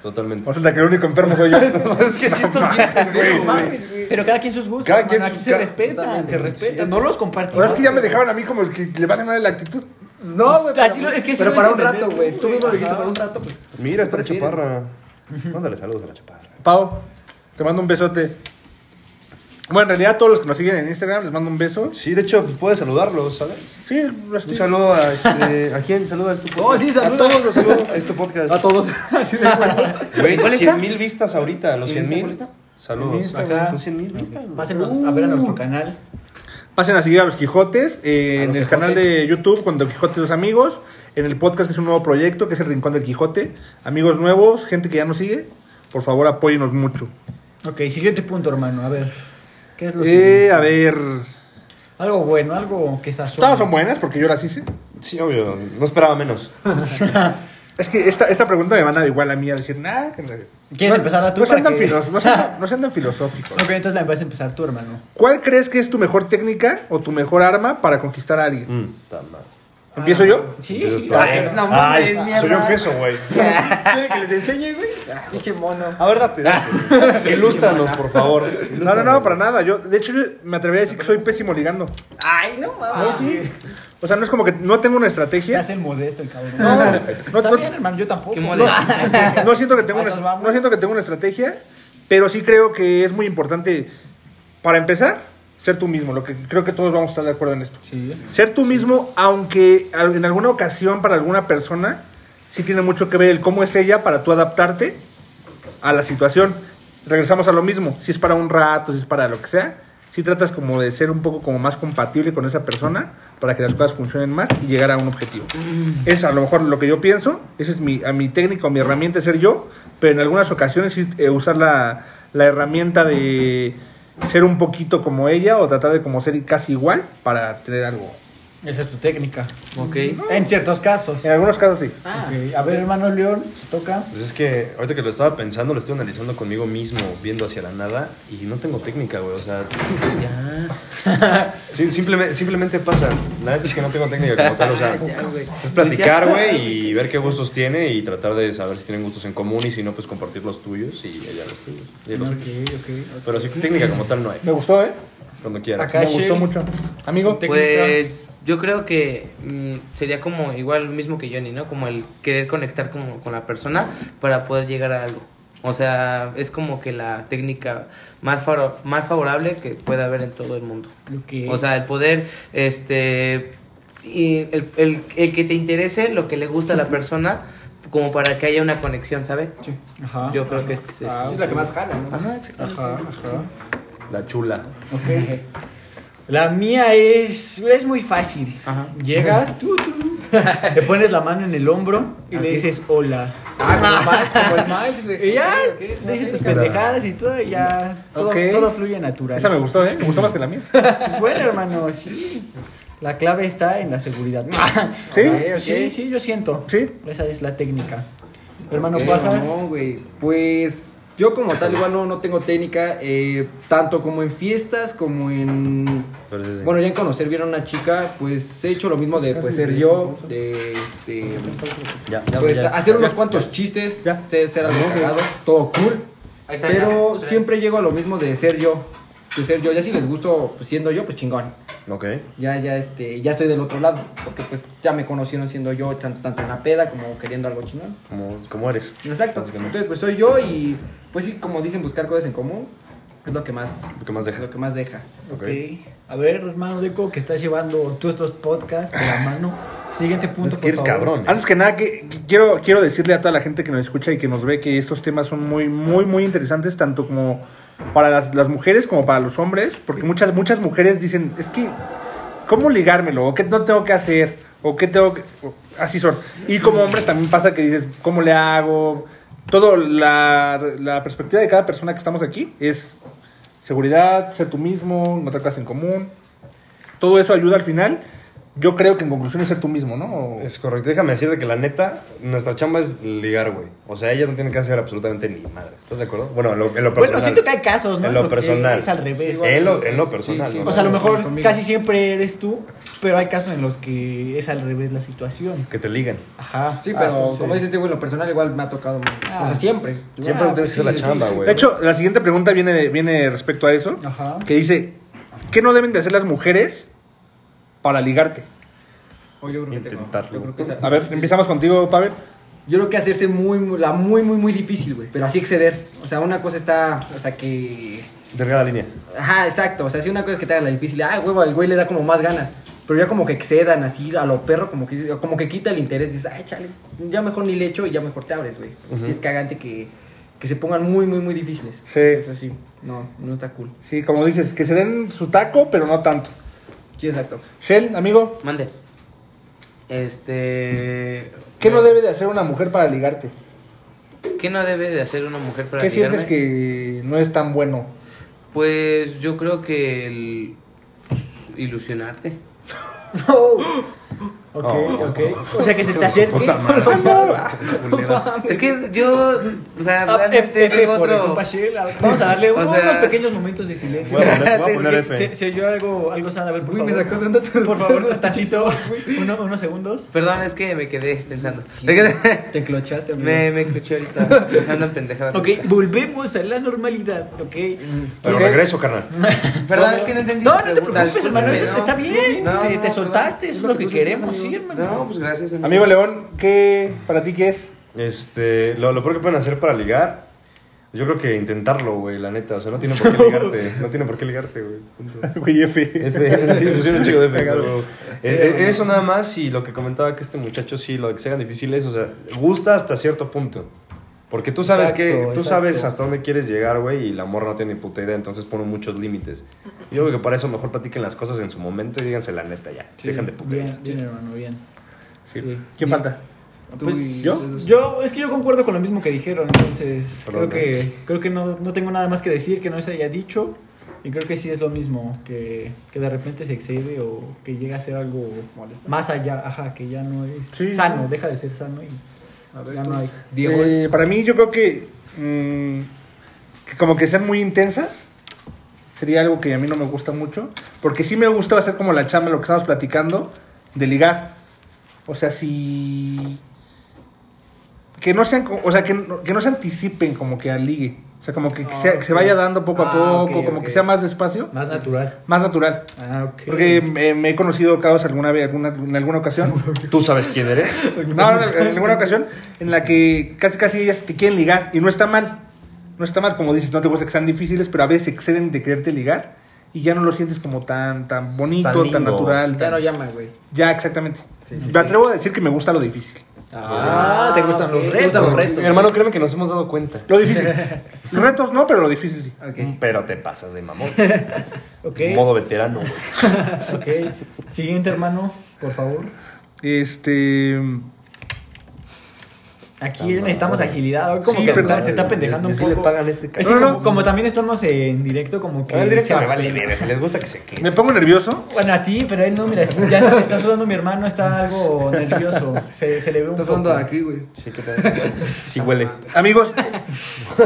Totalmente.
o sea, que el único enfermo soy yo.
es que sí estás bien pendejo, güey.
Pero cada quien sus gustos.
Cada
hermano,
quien sus-
Aquí se
cada-
respetan, se
Totalmente.
respetan. No los compartimos.
O sea, Pues es que ya me dejaron a mí como el que le vale madre la actitud.
No, güey.
Así
pero-
lo- es que sí
pero
lo
para un
dije
rato,
desde-
güey. Tú mismo lo dijiste
Ajá.
para un rato, pues.
Mira, está la
Prefieren.
chaparra. Mándale saludos a la chaparra.
Pau, te mando un besote. Bueno, en realidad todos los que nos siguen en Instagram les mando un beso.
Sí, de hecho, puedes saludarlos, ¿sabes?
Sí,
Un
estoy-
saludo a este. ¿A quién saludas tu podcast?
Oh, sí, saluda.
A todos los saludo. A este podcast.
A todos. Así de bueno.
Güey,
¿Cuál está?
100 mil vistas ahorita, los 100
¿En Insta,
mil.
cuál En
Saludos.
Insta,
güey.
Son 100 mil vistas. güey.
Pásenos a ver a nuestro canal.
Pasen a seguir a los Quijotes eh,
A
en
los
el
Quijotes.
canal de YouTube con Don Quijote y sus amigos, en el podcast que es un nuevo proyecto que es el Rincón del Quijote. Amigos nuevos, gente que ya nos sigue, por favor apóyenos mucho.
Ok, siguiente punto, hermano. A ver. ¿Qué es lo
Eh,
siguiente?
a ver,
Algo bueno, algo que sazona.
todas son buenas porque yo las hice.
Sí, obvio. No esperaba menos.
Es que esta, esta pregunta me van a igual a mí a decir, nah, que no".
¿Quieres
No,
empezarla tú
No sean,
para
tan
que-
filos- no sean tan- no sean tan filosóficos.
Ok, entonces la vas a empezar tú, hermano.
¿Cuál crees que es tu mejor técnica o tu mejor arma para conquistar a alguien?
Mm, ta madre.
¿Empiezo yo?
Sí.
Empiezas tú.
Ay, no
Ay,
mames, mierda.
soy yo empiezo, güey.
¿Quiere que les enseñe, güey? Pinche mono.
A ver, date, date. Ilústranos, por favor.
No, no, no, para nada. Yo, de hecho, yo me atrevería a decir que soy pésimo ligando.
Ay, no mames.
O sea, no es como que no tengo una
Te
estrategia.
hace el modesto, el cabrón.
No, no,
Está
no-
bien, hermano, yo tampoco.
Qué modesto.
no siento que tengo
A
una,
esos vamos.
no siento que tengo una estrategia, pero sí creo que es muy importante para empezar ser tú mismo, lo que creo que todos vamos a estar de acuerdo en esto.
Sí.
Ser tú mismo, aunque al- en alguna ocasión para alguna persona sí tiene mucho que ver el cómo es ella para tú adaptarte a la situación. Regresamos a lo mismo, si es para un rato, si es para lo que sea, si tratas como de ser un poco como más compatible con esa persona para que las cosas funcionen más y llegar a un objetivo. Es a lo mejor lo que yo pienso, esa es mi, a mi técnica o mi herramienta ser yo, pero en algunas ocasiones sí, eh, usar la, la herramienta de ser un poquito como ella o tratar de como ser casi igual para tener algo
Esa es tu técnica.
Ok.
En ciertos casos.
En algunos casos sí.
Ah.
Ok, A ver, hermano León, te toca.
Pues es que ahorita que lo estaba pensando, lo estoy analizando conmigo mismo, viendo hacia la nada, y no tengo técnica, güey. O sea, Sí, simplemente, simplemente pasa. La neta es que no tengo técnica como tal. O sea, es platicar, güey, y ver qué gustos tiene y tratar de saber si tienen gustos en común y si no, pues compartir los tuyos y ella los tuyos. Y los suyos. Pero sí, técnica como tal no hay.
Me gustó, ¿eh?
Cuando quieras.
Acá-
Me gustó mucho. Amigo,
Pues yo creo que mm, sería como igual lo mismo que Johnny, ¿no? Como el querer conectar como con la persona para poder llegar a algo. O sea, es como que la técnica más, faro- más favorable que puede haber en todo el mundo.
Ok.
O sea, el poder, este, y el, el- el que te interese lo que le gusta a la persona, como para que haya una conexión, ¿sabe?
Ajá.
Yo creo que es... es-
Ah,
Es la que más jala, ¿no?
Ajá, exacto.
Ajá, ajá.
La chula.
Ok. La mía es, es muy fácil.
Ajá.
Llegas, tú, tú, tú, le pones la mano en el hombro y le dices hola.
Ah, como el Miles, como el Miles, güey.
Y ya,
Ok, ok,
le dices tus
ok.
pendejadas y todo, y ya todo,
Ok.
todo fluye natural.
Esa me gustó, ¿eh? Me gustó más que la mía.
Pues bueno, hermano, sí. La clave está en la seguridad.
¿Sí?
Ok, ok.
Sí, sí, yo siento.
¿Sí?
Esa es la técnica. Hermano
Ok,
Cuajas.
No, güey. Pues yo como tal igual no, no tengo técnica, eh, tanto como en fiestas como en...
Pero sí, sí.
Bueno, ya en conocer vieron a una chica, pues he hecho lo mismo de pues ser yo, de este...
ya,
Pues hacer unos cuantos chistes, ser, ser algo cagado, todo cool.
Ahí está,
Pero
ya.
siempre llego a lo mismo de ser yo, de ser yo. Ya si les gusto pues, siendo yo, pues chingón.
Ok.
Ya, ya, este, ya estoy del otro lado, porque pues ya me conocieron siendo yo, tan- tanto en la peda como queriendo algo chingón.
¿Cómo, cómo eres?
Exacto.
Básicamente.
Entonces, pues soy yo y, pues sí, como dicen, buscar cosas en común es lo que más,
Lo que más deja.
Lo que más deja.
Ok.
Ok. A ver, hermano Deco, que estás llevando tú estos podcasts de la mano. Siguiente punto.
Es que
por
eres
favor.
cabrón.
Antes que nada, que, que quiero, quiero decirle a toda la gente que nos escucha y que nos ve que estos temas son muy, muy, muy interesantes, tanto como para las, las mujeres como para los hombres, porque muchas, muchas mujeres dicen, es que, ¿cómo ligármelo? ¿O qué no tengo que hacer? ¿O qué tengo que...? o- Así son. Y como hombres también pasa que dices, ¿cómo le hago? Todo, la, la perspectiva de cada persona que estamos aquí es seguridad, ser tú mismo, no te cosas en común. Todo eso ayuda al final. Yo creo que en conclusión es ser tú mismo, ¿no? O-
Es correcto. Déjame decirte que la neta, nuestra chamba es ligar, güey. O sea, ellas no tienen que hacer absolutamente ni madre. ¿Estás de acuerdo? Bueno, en lo, en lo personal.
Bueno, siento que hay casos, ¿no?
En lo
que
personal.
Es al
Pues,
revés.
En lo, en lo personal.
Sí, sí.
¿no?
o sea, a lo mejor
Conmigo.
casi siempre eres tú, pero hay casos en los que es al revés la situación.
Que te ligan.
Ajá.
Sí, pero
Ah, pues,
como
sí.
dices, güey, en lo personal igual me ha tocado,
Ah.
o sea, siempre.
Siempre
Ah,
tienes que
sí,
hacer la
sí,
chamba,
sí.
güey.
De hecho, la siguiente pregunta viene, de- viene respecto a eso,
Ajá.
que dice, ¿qué no deben de hacer las mujeres para ligarte?
O yo creo que tengo-
Intentarlo.
yo creo que esa-
A ver, empezamos contigo, Pavel.
Yo creo que hacerse muy, muy- la muy, muy, muy difícil, güey. Pero así exceder. O sea, una cosa está, o sea, que...
Delgada línea.
Ajá, exacto. O sea, si una cosa es que te haga la difícil, ah, huevo, al güey le da como más ganas. Pero ya como que excedan así a lo perro, como que, como que quita el interés. Dices, ay, chale, ya mejor ni le echo y ya mejor te abres, güey. Sí es cagante que, que se pongan muy, muy, muy difíciles.
Sí.
Es así. No, no está cool.
Sí, como dices, que se den su taco, pero no tanto.
Sí, exacto.
Shell, amigo,
Mande. Este...
¿qué no debe de hacer una mujer para ligarte?
¿Qué no debe de hacer una mujer para
¿Qué
ligarme?
sientes que no es tan bueno?
Pues yo creo que el pues, ilusionarte.
Ok,
Oh.
ok. O sea, que se te acerque.
Puta madre. Culeras.
Es que yo, o sea,
pues Ah, F,
realmente
F
tengo
por el
otro.
compa Shell. Vamos a darle
O
unos
sea-
pequeños momentos de silencio.
Voy a poner, voy a poner
Se,
F.
se oyó algo, algo sano. A ver, por
Güey, me
favor.
sacó de onda tu-
Por favor, tantito. Uno- unos segundos.
Perdón, es que me quedé pensando.
Sí.
Me quedé-
Te enclochaste, amigo.
Me, me escuché ahorita pensando en pendejadas.
Ok,
ahorita.
volvemos a la normalidad. Ok.
Pero
Ok.
regreso, carnal.
Perdón, es que no entendí
No,
su
no te
pregunta,
preocupes, hermano. es-
discúlpeme, ¿no?
Está bien.
No,
te,
no,
te
no,
soltaste. Eso es lo que
tú sientes,
queremos, sí, hermano.
No, pues gracias, amigo.
Amigo León, ¿qué para ti qué es?
Este, lo, lo peor que pueden hacer para ligar, yo creo que intentarlo, güey, la neta. O sea, no tiene por qué ligarte. No tiene por qué ligarte, güey. punto.
Güey, F.
F, sí, pusieron chico de F. pero, eh, eh, eso nada más y lo que comentaba que este muchacho sí, lo que sea difícil es, o sea, gusta hasta cierto punto. Porque tú sabes
Exacto,
que, tú
exacto.
sabes hasta dónde quieres llegar, güey, y la morra no tiene ni puta idea, entonces pone muchos límites. Yo creo que para eso mejor platiquen las cosas en su momento y díganse la neta ya.
Sí,
Dejan de puterías.
Bien, bien, hermano, bien. Sí.
¿Quién falta?
Tú
Pues,
y-
¿yo?
Yo, es que yo concuerdo con lo mismo que dijeron, entonces
Perdón,
creo que, creo que no, no tengo nada más que decir que no se haya dicho. Y creo que sí es lo mismo, que, que de repente se excede o que llega a ser algo más allá, ajá, que ya no es
Sí,
sano,
sí.
deja de ser sano y ya no hay.
Diego.
Eh, para mí, yo creo que, mm, que como que sean muy intensas sería algo que a mí no me gusta mucho. Porque sí me gusta hacer como la chamba, lo que estamos platicando, de ligar. O sea, si. Que no sean, co- o sea, que no, que no se anticipen como que al ligue. O sea, como que, que sea- que se vaya dando poco a
Ah,
poco,
ok,
como
ok.
que sea más despacio,
Más natural.
más natural.
Ah, ok.
Porque eh, me he conocido casos alguna vez, alguna, en alguna ocasión.
¿Tú sabes quién eres?
No, no, en alguna ocasión en la que casi casi ellas te quieren ligar y no está mal. No está mal, como dices, no te gusta que sean difíciles, pero a veces exceden de quererte ligar y ya no lo sientes como tan tan bonito,
Tan
tan,
lindo.
natural.
Ya
tan-
no
ya,
llama, güey.
exactamente.
Sí, sí,
me atrevo a decir que me gusta lo difícil.
Ah, te gustan los
ok.
retos.
Te gustan los
Mi hermano, créeme que nos hemos dado cuenta.
Lo difícil. Los retos no, pero lo difícil sí.
Ok.
Pero te pasas de mamón.
Ok,
Modo veterano, güey.
ok. Siguiente hermano, por favor.
Este.
Aquí necesitamos agilidad. Hoy como
Sí,
que
pero-
está- se está pendejando un
Sí le
poco.
pagan este
Es
cabrón.
que
No, no,
como, como también estamos en directo, como que.
El
se
directo me vale
apena.
verga, Si les gusta que se quede.
Me pongo nervioso.
Bueno, a ti, pero a él no, mira, ya se- está sudando mi hermano, está algo nervioso. Se, se le ve un
Está
poco.
fondo aquí, güey.
Sí, que Sí huele.
Amigos,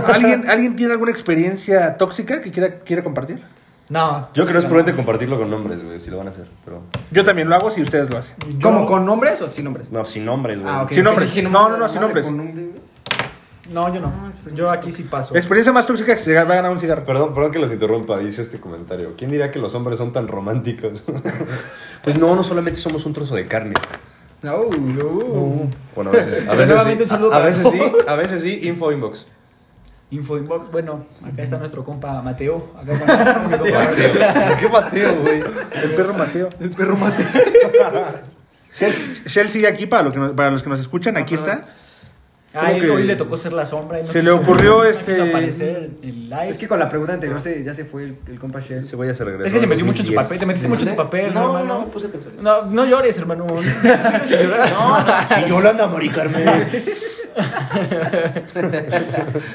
¿alguien, ¿alguien tiene alguna experiencia tóxica que quiera, quiera compartir?
No.
Yo creo que es prudente compartirlo con nombres, güey, si lo van a hacer. Pero.
Yo también lo hago si ustedes lo hacen.
Yo-
¿Cómo? ¿Con nombres o sin nombres?
No, sin nombres, güey.
Ah, ok.
Sin nombres.
Dije,
No, no,
madre,
no, sin
madre,
nombres.
con nombre, güey.
No, yo no. Yo aquí sí paso.
Experiencia más tóxica que se va a ganar un cigarro.
Perdón, perdón que los interrumpa, hice este comentario. ¿Quién dirá que los hombres son tan románticos? pues no, no solamente somos un trozo de carne.
No, no.
Bueno, a veces, a
Pero
veces sí.
nuevamente un saludo
A, a
para
veces
todos.
sí, a veces sí, info inbox.
Infoinbox, bueno, acá está nuestro compa Mateo. Acá está nuestro compa.
¿Qué pateo, güey?
El perro Mateo. El perro Mateo. Shell, Shell sigue aquí para, lo que nos- para los que nos escuchan. Aquí está.
Ah, él
Creo que-
hoy le tocó ser la sombra. él no
Se le
quiso-
ocurrió,
no
este-
quiso aparecer el live.
Es que con la pregunta anterior se, ya se fue el, el compa Shell.
Se voy a regresar.
se metió mucho en su pues papel. Te metiste mucho en tu papel,
No, no,
hermano.
me puse a pensar.
No, no llores, hermano. No, llorar.
Si yo lo ando a Ah, Mari Carmen.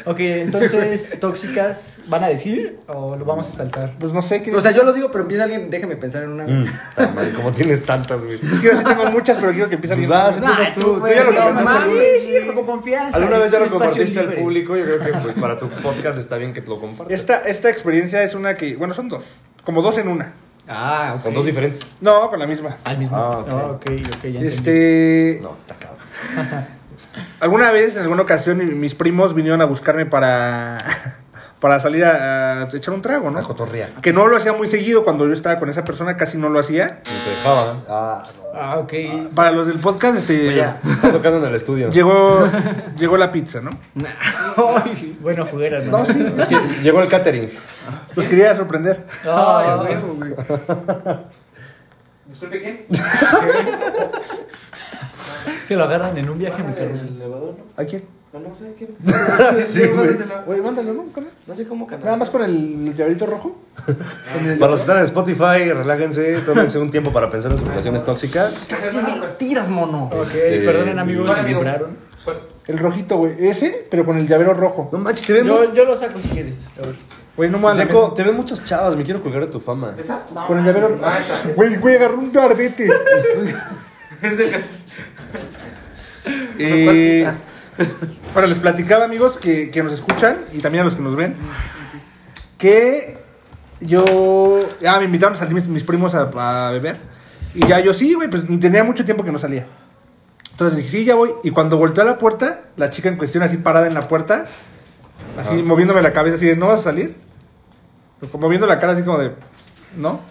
Ok, entonces, tóxicas, ¿van a decir o lo vamos a saltar?
Pues no sé. ¿qué-
O sea, yo lo digo, pero empieza alguien, déjame pensar en una.
Mm, ta madre, ¿Cómo tienes tantas, güey?
es que yo sí tengo muchas, pero quiero que empiece
Pues
alguien.
vas, empieza tú. Tú ya lo
no
comentaste alguna
mames, sí, con confianza.
¿Alguna
es
vez ya
un
lo
espacio
compartiste al
libre.
público? Yo creo que pues para tu podcast está bien que lo compartas.
Esta, esta experiencia es una que. Bueno, son dos. Como dos en una.
Ah, ok.
Con dos diferentes.
No, con la misma.
Al mismo.
Ah,
Ah,
ok.
ok, ok, ya entendí.
Este.
No, está cabrón.
Alguna vez, en alguna ocasión, mi- mis primos vinieron a buscarme para. Para salir a, a echar un trago,
Una
¿no?
cotorrea.
Que no lo hacía muy seguido cuando yo estaba con esa persona, casi no lo hacía.
Y te dejaban. Ah,
Ah, ok.
Para los del podcast, este.
no. Está tocando en el estudio.
Llegó, llegó la pizza, ¿no?
Ay,
Bueno, juguera, hermano.
No, sí.
Es que llegó el catering.
Los quería sorprender.
ay, a
Ah,
huevo, güey.
¿Disculpe qué?
se lo agarran en un viaje, mi perro.
el elevador, ¿no?
¿A quién?
No, no sé qué.
Sí, güey.
Güey, mándalo, ¿no? Con-
No sé cómo canal.
Nada más con el llaverito rojo. En el-
Para los que están en Spotify, relájense, tómense un tiempo para pensar en sus relaciones tóxicas.
Casi me lo tiras, mono.
Ok,
Este,
perdonen, amigos,
Hola,
se
amigo.
vibraron.
El rojito, güey. Ese, pero con el llavero rojo.
No manches, te ven,
Yo, yo lo saco si quieres.
Güey, no mames.
Deco, te ven muchas chavas, me quiero colgar de tu fama.
¿Esta? No.
Con el llavero.
Ah, esta.
Güey, güey, agarró un garbete.
Es de-
Eh,
¿Cuál quitas?
bueno, les platicaba, amigos, que, que nos escuchan y también a los que nos ven, que yo. Ah, me invitaron a salir mis, mis primos a, a beber. Y ya yo sí, güey, pues ni tenía mucho tiempo que no salía. Entonces dije, sí, ya voy. Y cuando volteó a la puerta, la chica en cuestión, así parada en la puerta, así
Ajá.
moviéndome la cabeza, así de, ¿no vas a salir? Pues, como moviendo la cara, así como de, ¿no?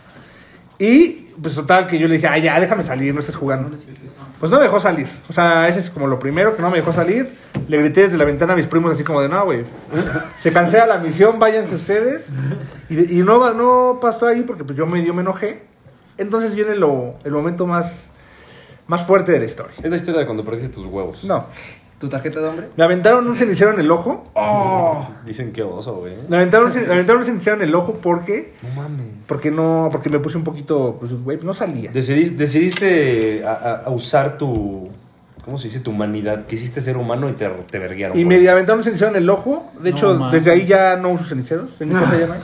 Y pues total, que yo le dije, ah, ya, déjame salir, no estés jugando. Pues no me dejó salir. O sea, ese es como lo primero que no me dejó salir. Le grité desde la ventana a mis primos así como de, no, güey. Se cancela la misión, váyanse ustedes. Y, de- y no, va- no pasó ahí porque pues yo medio me enojé. Entonces viene lo, el momento más, más fuerte de la historia.
Es la historia de cuando perdiste tus huevos.
No.
¿Tu tarjeta de hombre?
Me aventaron un cenicero en el ojo.
Dicen que oso, güey.
Me aventaron, un cen- me aventaron un cenicero en el ojo porque...
No mames.
Porque no, porque me puse un poquito, pues, güey, no salía.
Decidiste, decidiste a, a- a usar tu. ¿Cómo se dice? Tu humanidad. Quisiste ser humano y te, te verguearon.
Y
por
me
eso.
aventaron un cenicero en el ojo. De
No
hecho,
mames.
desde ahí ya no uso ceniceros. En mi casa ya no hay.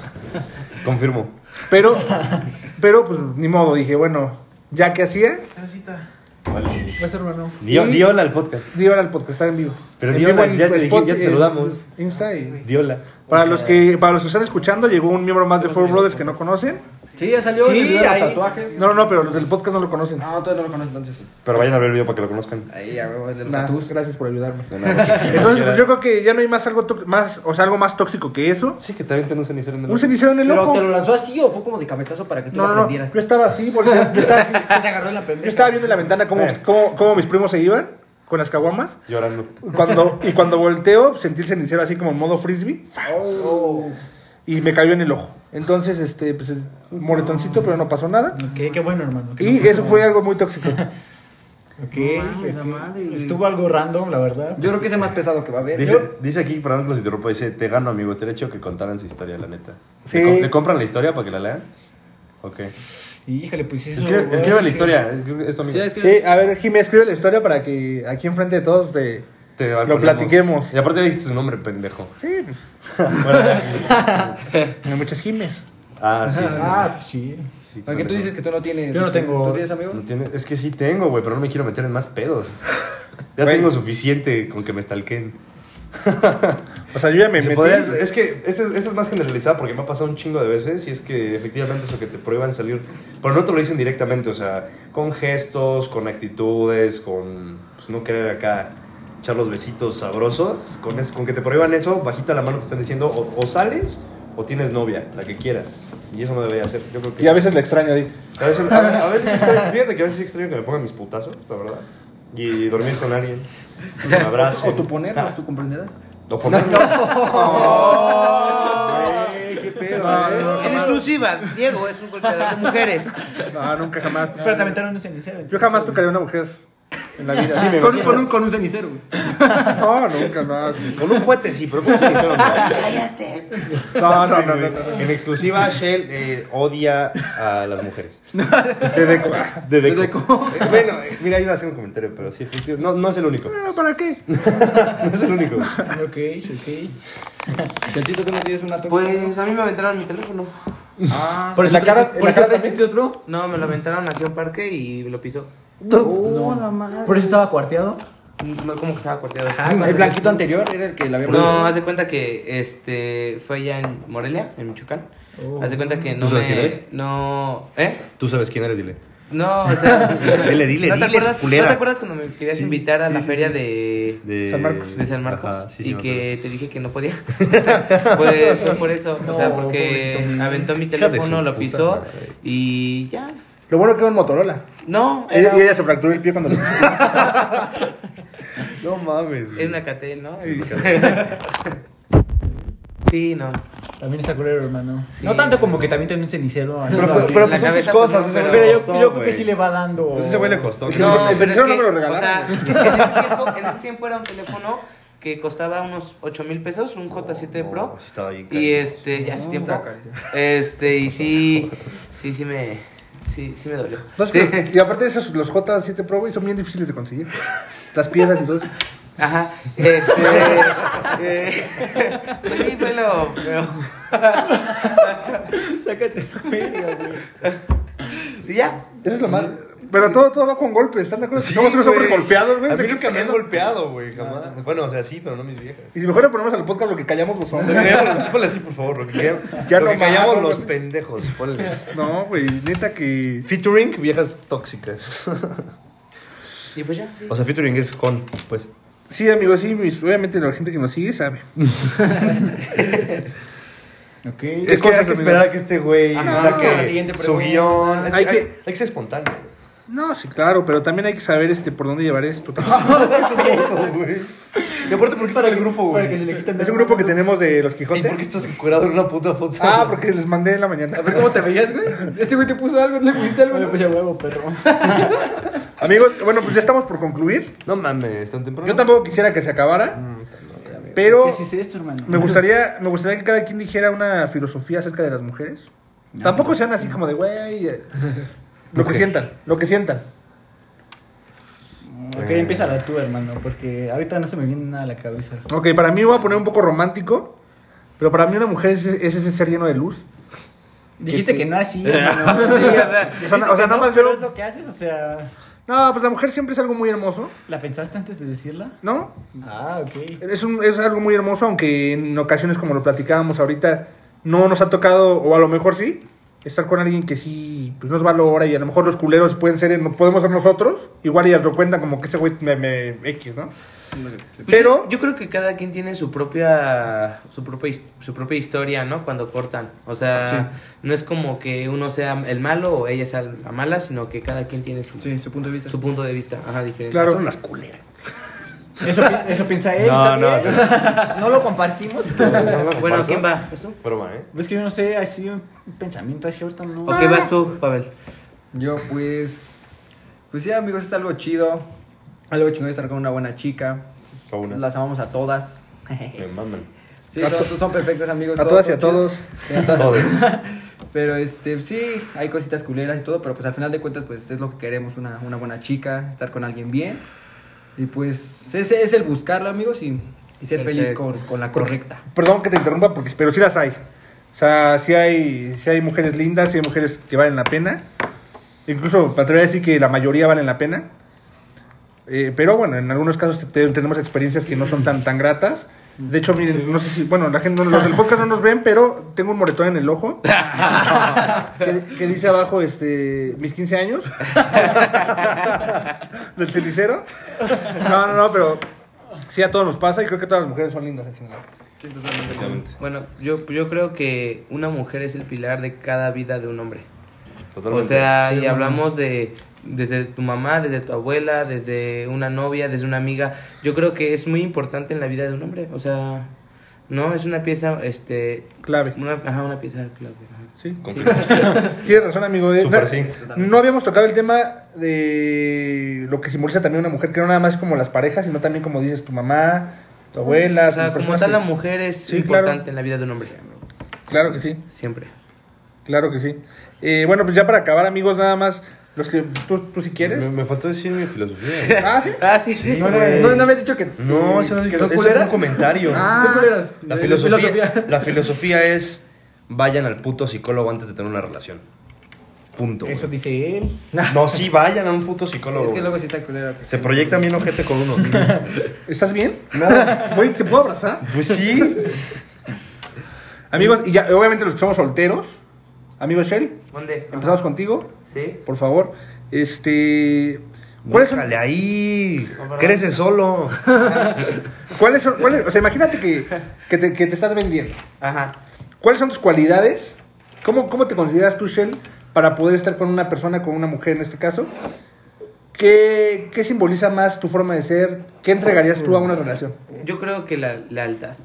Confirmo.
Pero, pero, pues ni modo, dije, bueno, ya que hacía,
Pues hermano.
Di,
Y-
di hola al podcast.
di ahora al podcast, está en vivo.
Pero
En
di
vivo
hola,
en
ya te dije,
Spot-
ya te
en
saludamos.
Insta y-
Di hola.
Para los, que, para los que están escuchando, llegó un miembro más de Four Brothers que no conocen.
Sí, ya salió
Sí,
el video de los
ahí-
tatuajes.
No, no, no, pero los del podcast no lo
Ah,
conocen.
No, todavía no lo conozco Ah, entonces.
Pero vayan a ver el video para que lo conozcan.
Ahí, a huevo, el de los
Nah,
tatuajes.
gracias por ayudarme.
De nada.
Entonces, pues yo creo que ya no hay más algo, to- más, o sea, algo más tóxico que eso.
Sí, que también tengo un cenicero en el
Un cenicero en el
¿Pero
ojo.
te lo lanzó así o fue como de cabezazo para que tú
No,
lo Ah,
no, no.
aprendieras?
Yo estaba así, porque yo estaba así.
Te agarró en la pendeja.
Yo estaba viendo en la ventana cómo, cómo, cómo mis primos se iban con las caguamas.
Llorando.
Cuando, y cuando volteo, sentí el cenicero así como en modo frisbee
Oh.
y me cayó en el ojo. Entonces, este, pues, moretoncito, pero no pasó nada.
Ok, qué bueno, hermano. que
Y
no-
eso fue algo muy tóxico.
Ok,
No mames, la
ok.
madre, güey.
Estuvo algo random, la verdad.
Yo creo que es el más pesado que va a
Eh,
haber.
Dice, dice aquí, perdón que los interrumpo, dice, te gano, amigo, estaría hecho que contaran su historia, la neta.
Sí.
¿Le, com- le compran la historia para que la lean? Ok.
Híjole, pues eso.
Escribe,
güey,
escribe
sí
la
que-
historia, escribe- es tu amigo.
Sí, es que-
Sí, a ver, Jimmy, escribe la historia para que aquí enfrente de todos te...
Te
Lo platiquemos.
Y aparte dijiste su nombre, pendejo.
Sí,
Bueno,
hay muchas Jimes.
ah, sí, sí.
Ah, pues sí.
Sí,
Aunque tú
pendejo.
dices que tú no tienes. este,
Yo no tengo-
¿Tú tienes amigo?
No tiene- es que sí tengo, güey, pero no me quiero meter en más pedos. Ya
Güey.
tengo suficiente con que me stalkeen.
O sea, yo ya me
Se
metí.
podría- es que esta es, esta es más generalizada porque me ha pasado un chingo de veces y es que efectivamente eso que te prohíban salir, pero no te lo dicen directamente, o sea, con gestos, con actitudes, con pues, no querer acá echar los besitos sabrosos, con, es- con que te prohíban eso, bajita la mano te están diciendo o, o sales o tienes novia, la que quieras. Y eso no debería ser, yo creo que
Y a
sí.
veces le extraño, di.
A veces, a- a veces extraño- fíjate que a veces sí extraño que me pongan mis putazos, la verdad. Y dormir con alguien. que Me abrazo.
O tú
Ah.
ponerlos, tú comprenderás.
O ponerlo.
Oh.
Güey, qué pedo, eh.
Oh.
En exclusiva, Diego es un golpeador de mujeres.
No, nunca jamás.
Pero te aventaron un cenicero.
Yo jamás tocaría a una mujer en la vida.
Con, con un, con un cenicero, güey.
No, nunca, no. sí.
Con un fuete sí, pero ¿cómo se dijeron?
No, no,
Sí,
no, no,
güey.
no.
En exclusiva, Shell eh, odia a las mujeres.
Desde cu- Ah,
De
Deco.
Eh, Bueno, eh, mira, iba a hacer un comentario, pero sí, efectivamente. No, no es el único.
Eh, ¿Para qué?
No es el único.
Ok, ok.
Chachito, tú no tienes una tóxica.
Pues a mí me aventaron mi teléfono.
Ah,
¿Por la cara, por este la cara también?
otro?
No, me lo aventaron aquí a un parque y lo pisó.
No, la madre.
¿Por eso estaba cuarteado?
No, como que estaba cuarteado.
Ah,
el blanquito anterior era el que la había
No, haz de cuenta que este fue allá en Morelia, en Michoacán.
Oh.
Haz de cuenta que no
sabes
me-
quién eres?
No, ¿eh?
Tú sabes quién eres, dile.
No, o sea,
Dile, dile,
¿no te
diles,
acuerdas,
culera.
¿No te acuerdas cuando me querías
Sí,
invitar a
sí,
la
sí,
feria
sí.
de
De,
San Marcos.
de San Marcos
Ajá, sí, sí,
y
me
que te dije que no podía. pues fue por eso, o sea,
No,
porque
pobrecito mío.
aventó mi
Hija de su
teléfono, lo
puta
pisó
madre.
y ya.
Lo bueno que era un Motorola.
No,
Eh,
Y ella,
era,
y ella se fracturó el pie cuando lo hizo.
acuerdo. No mames. güey.
era una catel, ¿no? sí, no.
También está culero, hermano.
Sí.
No tanto como que también tiene un cenicero.
Pero,
¿no?
pero, pero
La
pues son sus
cabeza,
cosas.
pues,
ese
no,
güey
Pero
le
yo,
costó,
yo creo que
güey.
sí le va dando.
Pues ese güey le costó.
No,
creo que-
el
pero es
teléfono
que,
no me lo
o sea,
regalaron,
en ese, tiempo, en ese tiempo era un teléfono que costaba unos 8 mil pesos, un J7
No,
Pro.
sí estaba bien
Y
cariñoso.
este, ya hace tiempo. Este, y sí, sí, sí me, sí, sí me dolió.
No, es que- Y aparte de esos, los J7 Pro, güey, son bien difíciles de conseguir. Las piezas y todo eso.
Ajá, este, eh, pues sí, fue lo, lo-
Sácate.
y ya.
Eso es lo más. Pero todo, todo va con golpes, ¿están de acuerdo?
Sí,
Somos unos
güey.
hombres golpeados, güey.
A mí
¿Qué
nunca me han
pedo?
golpeado, güey, jamás. Bueno, o sea, sí, pero no mis viejas.
Y si mejor le ponemos al podcast lo que callamos los
Lo que
hombres.
callamos, ponle así, por favor. Lo que, callamos-
Ya
lo
no
que callamos
mames.
los pendejos, ponle.
No, güey, neta que.
Featuring viejas tóxicas.
Y pues ya, sí.
O sea, featuring es con, pues.
Sí, amigos, sí, mis- obviamente la gente que nos sigue sabe.
Ok.
Es que
cosas,
hay que esperar
amigo?
a que este güey
Ajá,
saque
la siguiente
su
pregunta.
guión. Es-
Hay
hay,
que-
hay que ser espontáneo.
No, sí, claro, pero también hay que saber este por dónde llevar esto.
Es un poco, güey. Y aparte, ¿por qué está en el grupo,
Para que se
güey?
le quitan
Es un grupo que tenemos de los
¿Y por qué
Quijotes.
estás curado en una puta foto?
Ah, porque les mandé en la mañana.
A ver cómo te veías, güey. Este güey te puso algo, le pusiste algo.
Oye, pues ya huevo, perro.
Amigos, bueno, pues ya estamos por concluir.
No mames, tan temprano.
Yo tampoco quisiera que se acabara,
¿Qué
pero
es esto, hermano?
me gustaría, me gustaría que cada quien dijera una filosofía acerca de las mujeres. Tampoco sean así como de, güey, eh, lo que
Ok.
sientan, lo que sientan.
Ok, empieza la tú, hermano, porque ahorita no se me viene nada a la cabeza.
Ok, para mí voy a poner un poco romántico, pero para mí una mujer es, es ese ser lleno de luz
Dijiste que no así.
Sí, o sea,
O sea, na- o sea, nada más yo
pero es
lo...
lo que haces, o sea,
No, pues la mujer siempre es algo muy hermoso,
¿la pensaste antes de decirla?
¿no?
Ah, ok.
Es, un- es algo muy hermoso, aunque en ocasiones, como lo platicábamos ahorita, no nos ha tocado, o a lo mejor sí, estar con alguien que sí pues, nos valora y a lo mejor los culeros pueden ser, no podemos ser nosotros, igual ellas lo cuentan como que ese güey me, me- X, ¿no?
Pues
Pero-
yo, yo creo que cada quien tiene su propia su propia his- su propia historia, ¿no? Cuando cortan. O sea, no es como que uno sea el malo o ella sea la mala, sino que cada quien tiene su,
Sí, su punto de vista.
su punto de vista, ajá, diferente.
Claro.
Son unas culeras.
Eso, pi- eso piensa él.
No,
No,
no,
no, no lo compartimos.
Bueno, ¿quién va?
Broma, ¿eh?
Es que yo no sé, así un pensamiento así ahorita no.
Ok, vas tú, Pavel.
Yo pues... Pues sí, amigos, es algo chido. Algo chingón estar con una buena chica.
O unas.
Las amamos a todas.
Me maman.
Sí, son, son- son perfectos amigos.
A
todo-
todas y a
todo chido.
todos.
Sí, a todas.
Todo.
Pero este, sí, hay cositas culeras y todo, pero pues al final de cuentas pues es lo que queremos, una, una buena chica, estar con alguien bien. Y pues ese es el buscarlo amigos y, y ser feliz
Perfecto.
con, con la correcta.
Perdón que te interrumpa, porque, pero sí las hay. O sea, sí hay, sí hay mujeres lindas, sí hay mujeres que valen la pena. Incluso me atrevería a decir que la mayoría valen la pena. Eh, pero bueno, en algunos casos te- tenemos experiencias que no son tan, tan gratas. De hecho, miren, no sé si, bueno, la gente, los del podcast no nos ven, pero tengo un moretón en el ojo que, que dice abajo, este, mis 15 años del cenicero. No, no, no, pero sí a todos nos pasa y creo que todas las mujeres son lindas en general.
Totalmente.
Bueno, yo, yo creo que una mujer es el pilar de cada vida de un hombre.
Totalmente.
O sea, y hablamos de desde tu mamá, desde tu abuela, desde una novia, desde una amiga. Yo creo que es muy importante en la vida de un hombre. O sea, no es una pieza, este,
Clave.
una, ajá, una pieza clave. ajá.
Sí.
Confirmo.
Tienes razón, amigo. Eh,
Súper
na-
sí.
No habíamos tocado el tema de lo que simboliza también una mujer, que no nada más es como las parejas, sino también como dices tu mamá, tu abuela.
O sea, como
personas
tal,
que-
la mujer es
Sí, claro.
importante en la vida de un hombre.
Claro que sí,
Siempre.
claro que sí. Eh, bueno, pues ya para acabar, amigos, nada más, los que tú, tú si quieres.
Me, me faltó decir mi filosofía.
Ah, sí.
Ah, sí.
No, no, no, no me has dicho que
No, eso no es
que
eso
son
fue un
culeras.
comentario.
Ah, son culeras.
La
De- de
filosofía, la filosofía es vayan al puto psicólogo antes de tener una relación. Punto. güey.
Eso dice él.
No, sí vayan a un puto psicólogo.
Es que
güey.
luego sí está culera.
Se proyecta bien ojete con uno.
¿Estás bien? No. Güey, ¿te puedo abrazar?
pues sí.
Amigos, y ya, obviamente los que somos solteros, amigos Sherry,
¿Dónde?
empezamos contigo,
Sí.
por favor. Este. ¿Cuáles son,
Déjale ahí. Crece solo.
¿Cuáles son, cuáles, o sea, imagínate que, que, te, que te estás vendiendo.
Ajá.
¿Cuáles son tus cualidades? ¿Cómo, cómo te consideras tú, Shell, para poder estar con una persona, con una mujer en este caso? ¿Qué, qué simboliza más tu forma de ser? ¿Qué entregarías tú a una relación?
Yo creo que la lealtad.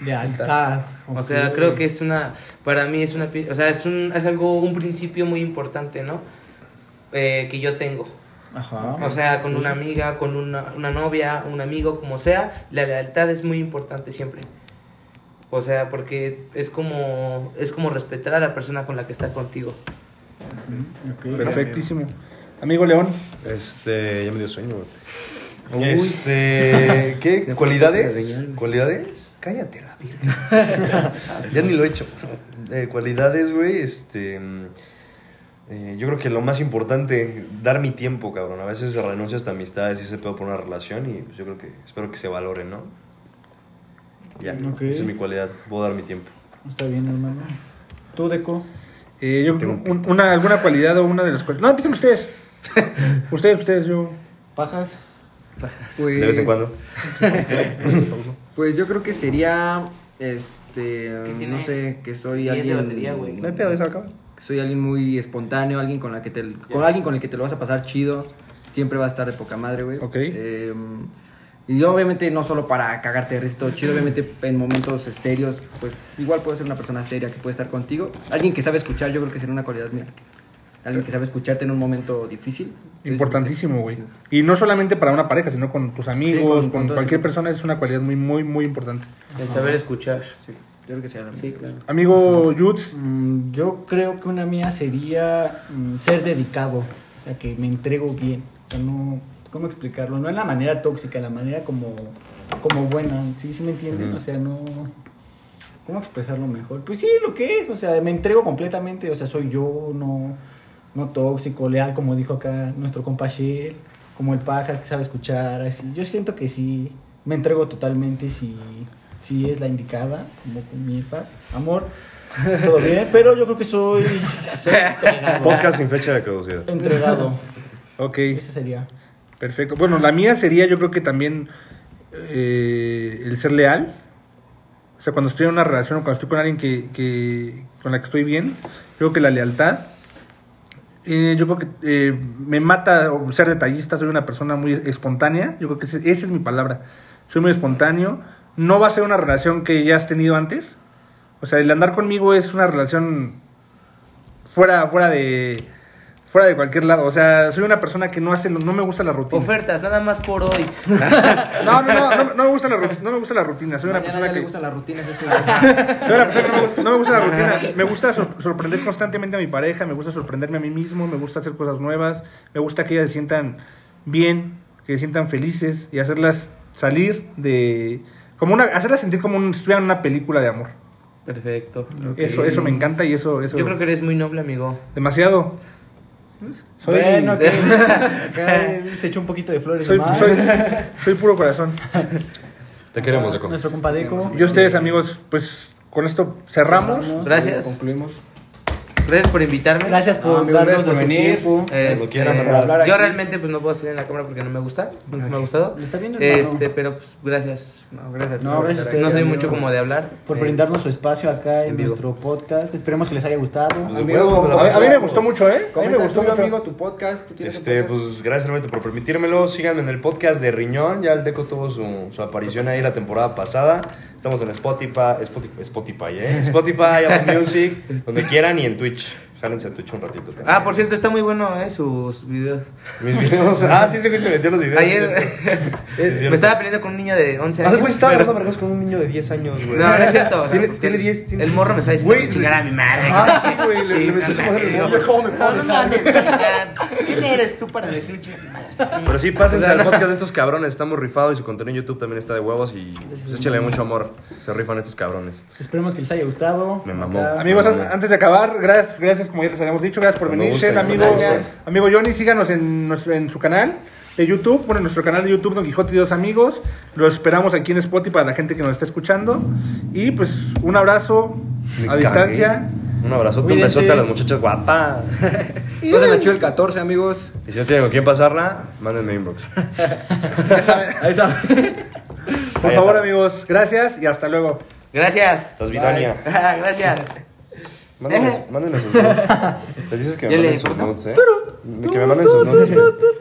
De altas.
O sea, creo que es una, para mí es una, pi- o sea, es un, es algo, un principio muy importante, ¿no? Eh, que yo tengo.
Ajá.
O sea, con una amiga, con una, una novia, un amigo, como sea, la lealtad es muy importante siempre. O sea, porque es como, es como respetar a la persona con la que está contigo.
Ok.
Perfectísimo. Amigo León,
Este, ya me dio sueño. güey.
Uy.
Este, ¿qué?
fue la
¿Cualidades?
señal.
¿Cualidades? Cállate la virgen. ya ni lo he hecho. Eh, cualidades, güey, este mm, eh, yo creo que lo más importante, dar mi tiempo, cabrón. A veces renuncias a amistades y ese pedo por una relación y pues, yo creo que, espero que se valore, ¿no? Ya,
Ok.
esa es mi cualidad, puedo dar mi tiempo.
Está bien, hermano. Tú, Deco.
eh, yo-
Tengo
un- una, ¿alguna cualidad o una de las cualidades? No, empiecen ustedes. ustedes, ustedes, yo.
Pajas.
Pues,
De vez en cuando.
Pues yo creo que sería, este,
tiene
no sé, que soy
diez de
alguien...
batería, güey. No hay
pedo, eso acaba.
que soy alguien muy espontáneo, alguien con la que te, con alguien con el que te lo vas a pasar chido, siempre va a estar de poca madre, güey.
Ok.
Eh, y yo obviamente no solo para cagarte de risa y todo chido, obviamente en momentos eh, serios, pues igual puedo ser una persona seria que puede estar contigo, alguien que sabe escuchar, yo creo que sería una cualidad mía. Alguien que sabe escucharte en un momento difícil.
Importantísimo, güey. Y no solamente para una pareja, sino con tus
con-
amigos,
con
con,
todo
cualquier
tipo.
persona, es una cualidad muy, muy, muy importante.
El saber escuchar.
Sí, yo creo que sería la mía.
Sí, claro.
Amigo Jutz,
Mm, yo creo que una mía sería mm, ser dedicado, o sea, que me entrego bien. O sea, no, ¿cómo explicarlo? No en la manera tóxica, en la manera como, como buena, ¿sí? ¿Sí me entienden?
Ujú.
O sea, no... ¿Cómo expresarlo mejor? Pues sí, lo que es, o sea, me entrego completamente, o sea, soy yo, no, no tóxico, leal, como dijo acá nuestro compa Shell, como el Pajas que sabe escuchar, así. Yo siento que sí, me entrego totalmente si, si es la indicada, como con mi fa- amor, todo bien, pero yo creo que soy, soy entregado.
Podcast sin fecha de caducidad.
Entregado,
Ok,
ese sería.
perfecto. Bueno, la mía sería, yo creo que también eh, el ser leal. O sea, cuando estoy en una relación o cuando estoy con alguien que, que- con la que estoy bien, creo que la lealtad. eh, yo creo que eh, me mata ser detallista, soy una persona muy espontánea. Yo creo que ese- esa es mi palabra. Soy muy espontáneo. No va a ser una relación que ya has tenido antes. O sea, el andar conmigo es una relación fuera, fuera de. Fuera de cualquier lado, o sea, soy una persona que no hace, lo- no me gusta la rutina.
Ofertas, nada más por hoy.
No, no, no, no, no me gusta la rutina, no me gusta la rutina, soy una
Mañana
persona
ya
que
le gustan las rutinas este güey.
soy una persona pues, que no, me gu- no me gusta la rutina. Me gusta sor- sorprender constantemente a mi pareja, me gusta sorprenderme a mí mismo, me gusta hacer cosas nuevas, me gusta que ellas se sientan bien, que se sientan felices y hacerlas salir de. como una, hacerlas sentir como un, si estuvieran en una película de amor.
Perfecto.
Eso, eso me encanta y eso, eso.
Yo creo que eres muy noble, amigo.
Demasiado. Soy,
Bueno, que, que se echó un poquito de flores.
soy,
más.
soy, soy puro corazón.
Te queremos, Deco.
Nuestro compadeco.
Y ustedes, amigos, pues con esto cerramos.
Gracias.
Concluimos.
Gracias por invitarme.
Gracias
No,
Ah,
por
Ah, amigo,
darnos
gracias por
de su
venir. Eh,
tiempo.
Este,
Cuando quieran,
para hablar
yo
aquí.
realmente pues no puedo salir en la cámara porque no me gusta, no me ha gustado.
Lo está viendo el
Este,
cabrón.
pero pues gracias.
No, gracias. a ti
No,
por
gracias a
estar
ustedes.
No
aquí.
soy mucho como de hablar.
Por
Eh,
brindarnos su espacio acá en,
en vivo.
nuestro podcast. Esperemos que les haya gustado.
Pues,
Amigo,
Bueno,
A,
como-
mí- a mí me gustó mucho, ¿eh? A mí me
Comenta
gustó
tú,
mucho.
amigo, tu podcast. ¿Tú tienes un
Este,
podcast?
pues gracias Roberto por permitírmelo. Síganme en el podcast de Riñón. Ya el Deco tuvo su, su aparición ahí la temporada pasada. Estamos en Spotify, Spotify, Spotify, ¿eh? Spotify, Apple Music, donde quieran y en Twitch. Jálense a Twitch un ratito. también.
Ah, por cierto, está muy bueno eh, sus videos.
Mis videos. Ah, sí, ese güey se metió en los videos.
Ayer
Es cierto.
me estaba peleando con un niño de 11
Ah,
años.
el güey estaba hablando vergas con un niño de 10 años, güey.
No, no es cierto. o sea,
tiene,
porque
tiene 10. tiene-
El morro me está diciendo
Güey,
que chingara a mi madre.
Ah, sí, güey, le-
Y
le metió su madre.
digo,
Yo, ¿cómo me
"No, no mames, o sea, ¿Quién eres tú para decir chingar a tu madre?
Pero sí, pásense
O sea,
al
no.
podcast de estos cabrones. Estamos rifados y su contenido en YouTube también está de huevos. Y pues, échale mucho amor. Se rifan estos cabrones.
Esperemos que les haya gustado.
Me mamó.
Acá.
Amigos, an- antes de acabar, gracias, gracias como ya les habíamos dicho, gracias por
Cuando
venir,
gusten,
Shell,
cuando
amigos,
gusten.
amigo Johnny, síganos en, nuestro- en su canal de YouTube, bueno, en nuestro canal de YouTube Don Quijote y dos amigos, los esperamos aquí en Spotify para la gente que nos está escuchando y pues un abrazo
Me
a
cagué.
distancia.
Un abrazote, un
Cuídense.
besote a las muchachas guapas.
Pásenla chido el 14, amigos.
Y si no tienen con quién pasarla, mándenme inbox.
Ahí está.
Por
ya
favor,
saben.
amgas, gracias y hasta luego.
Gracias.
Tasvidania.
Ah, Gracias.
Mándenme sus nudes. Les dices que me
Ya le
manden sus
corto.
nudes, eh. Que me manden sus nudes. eh.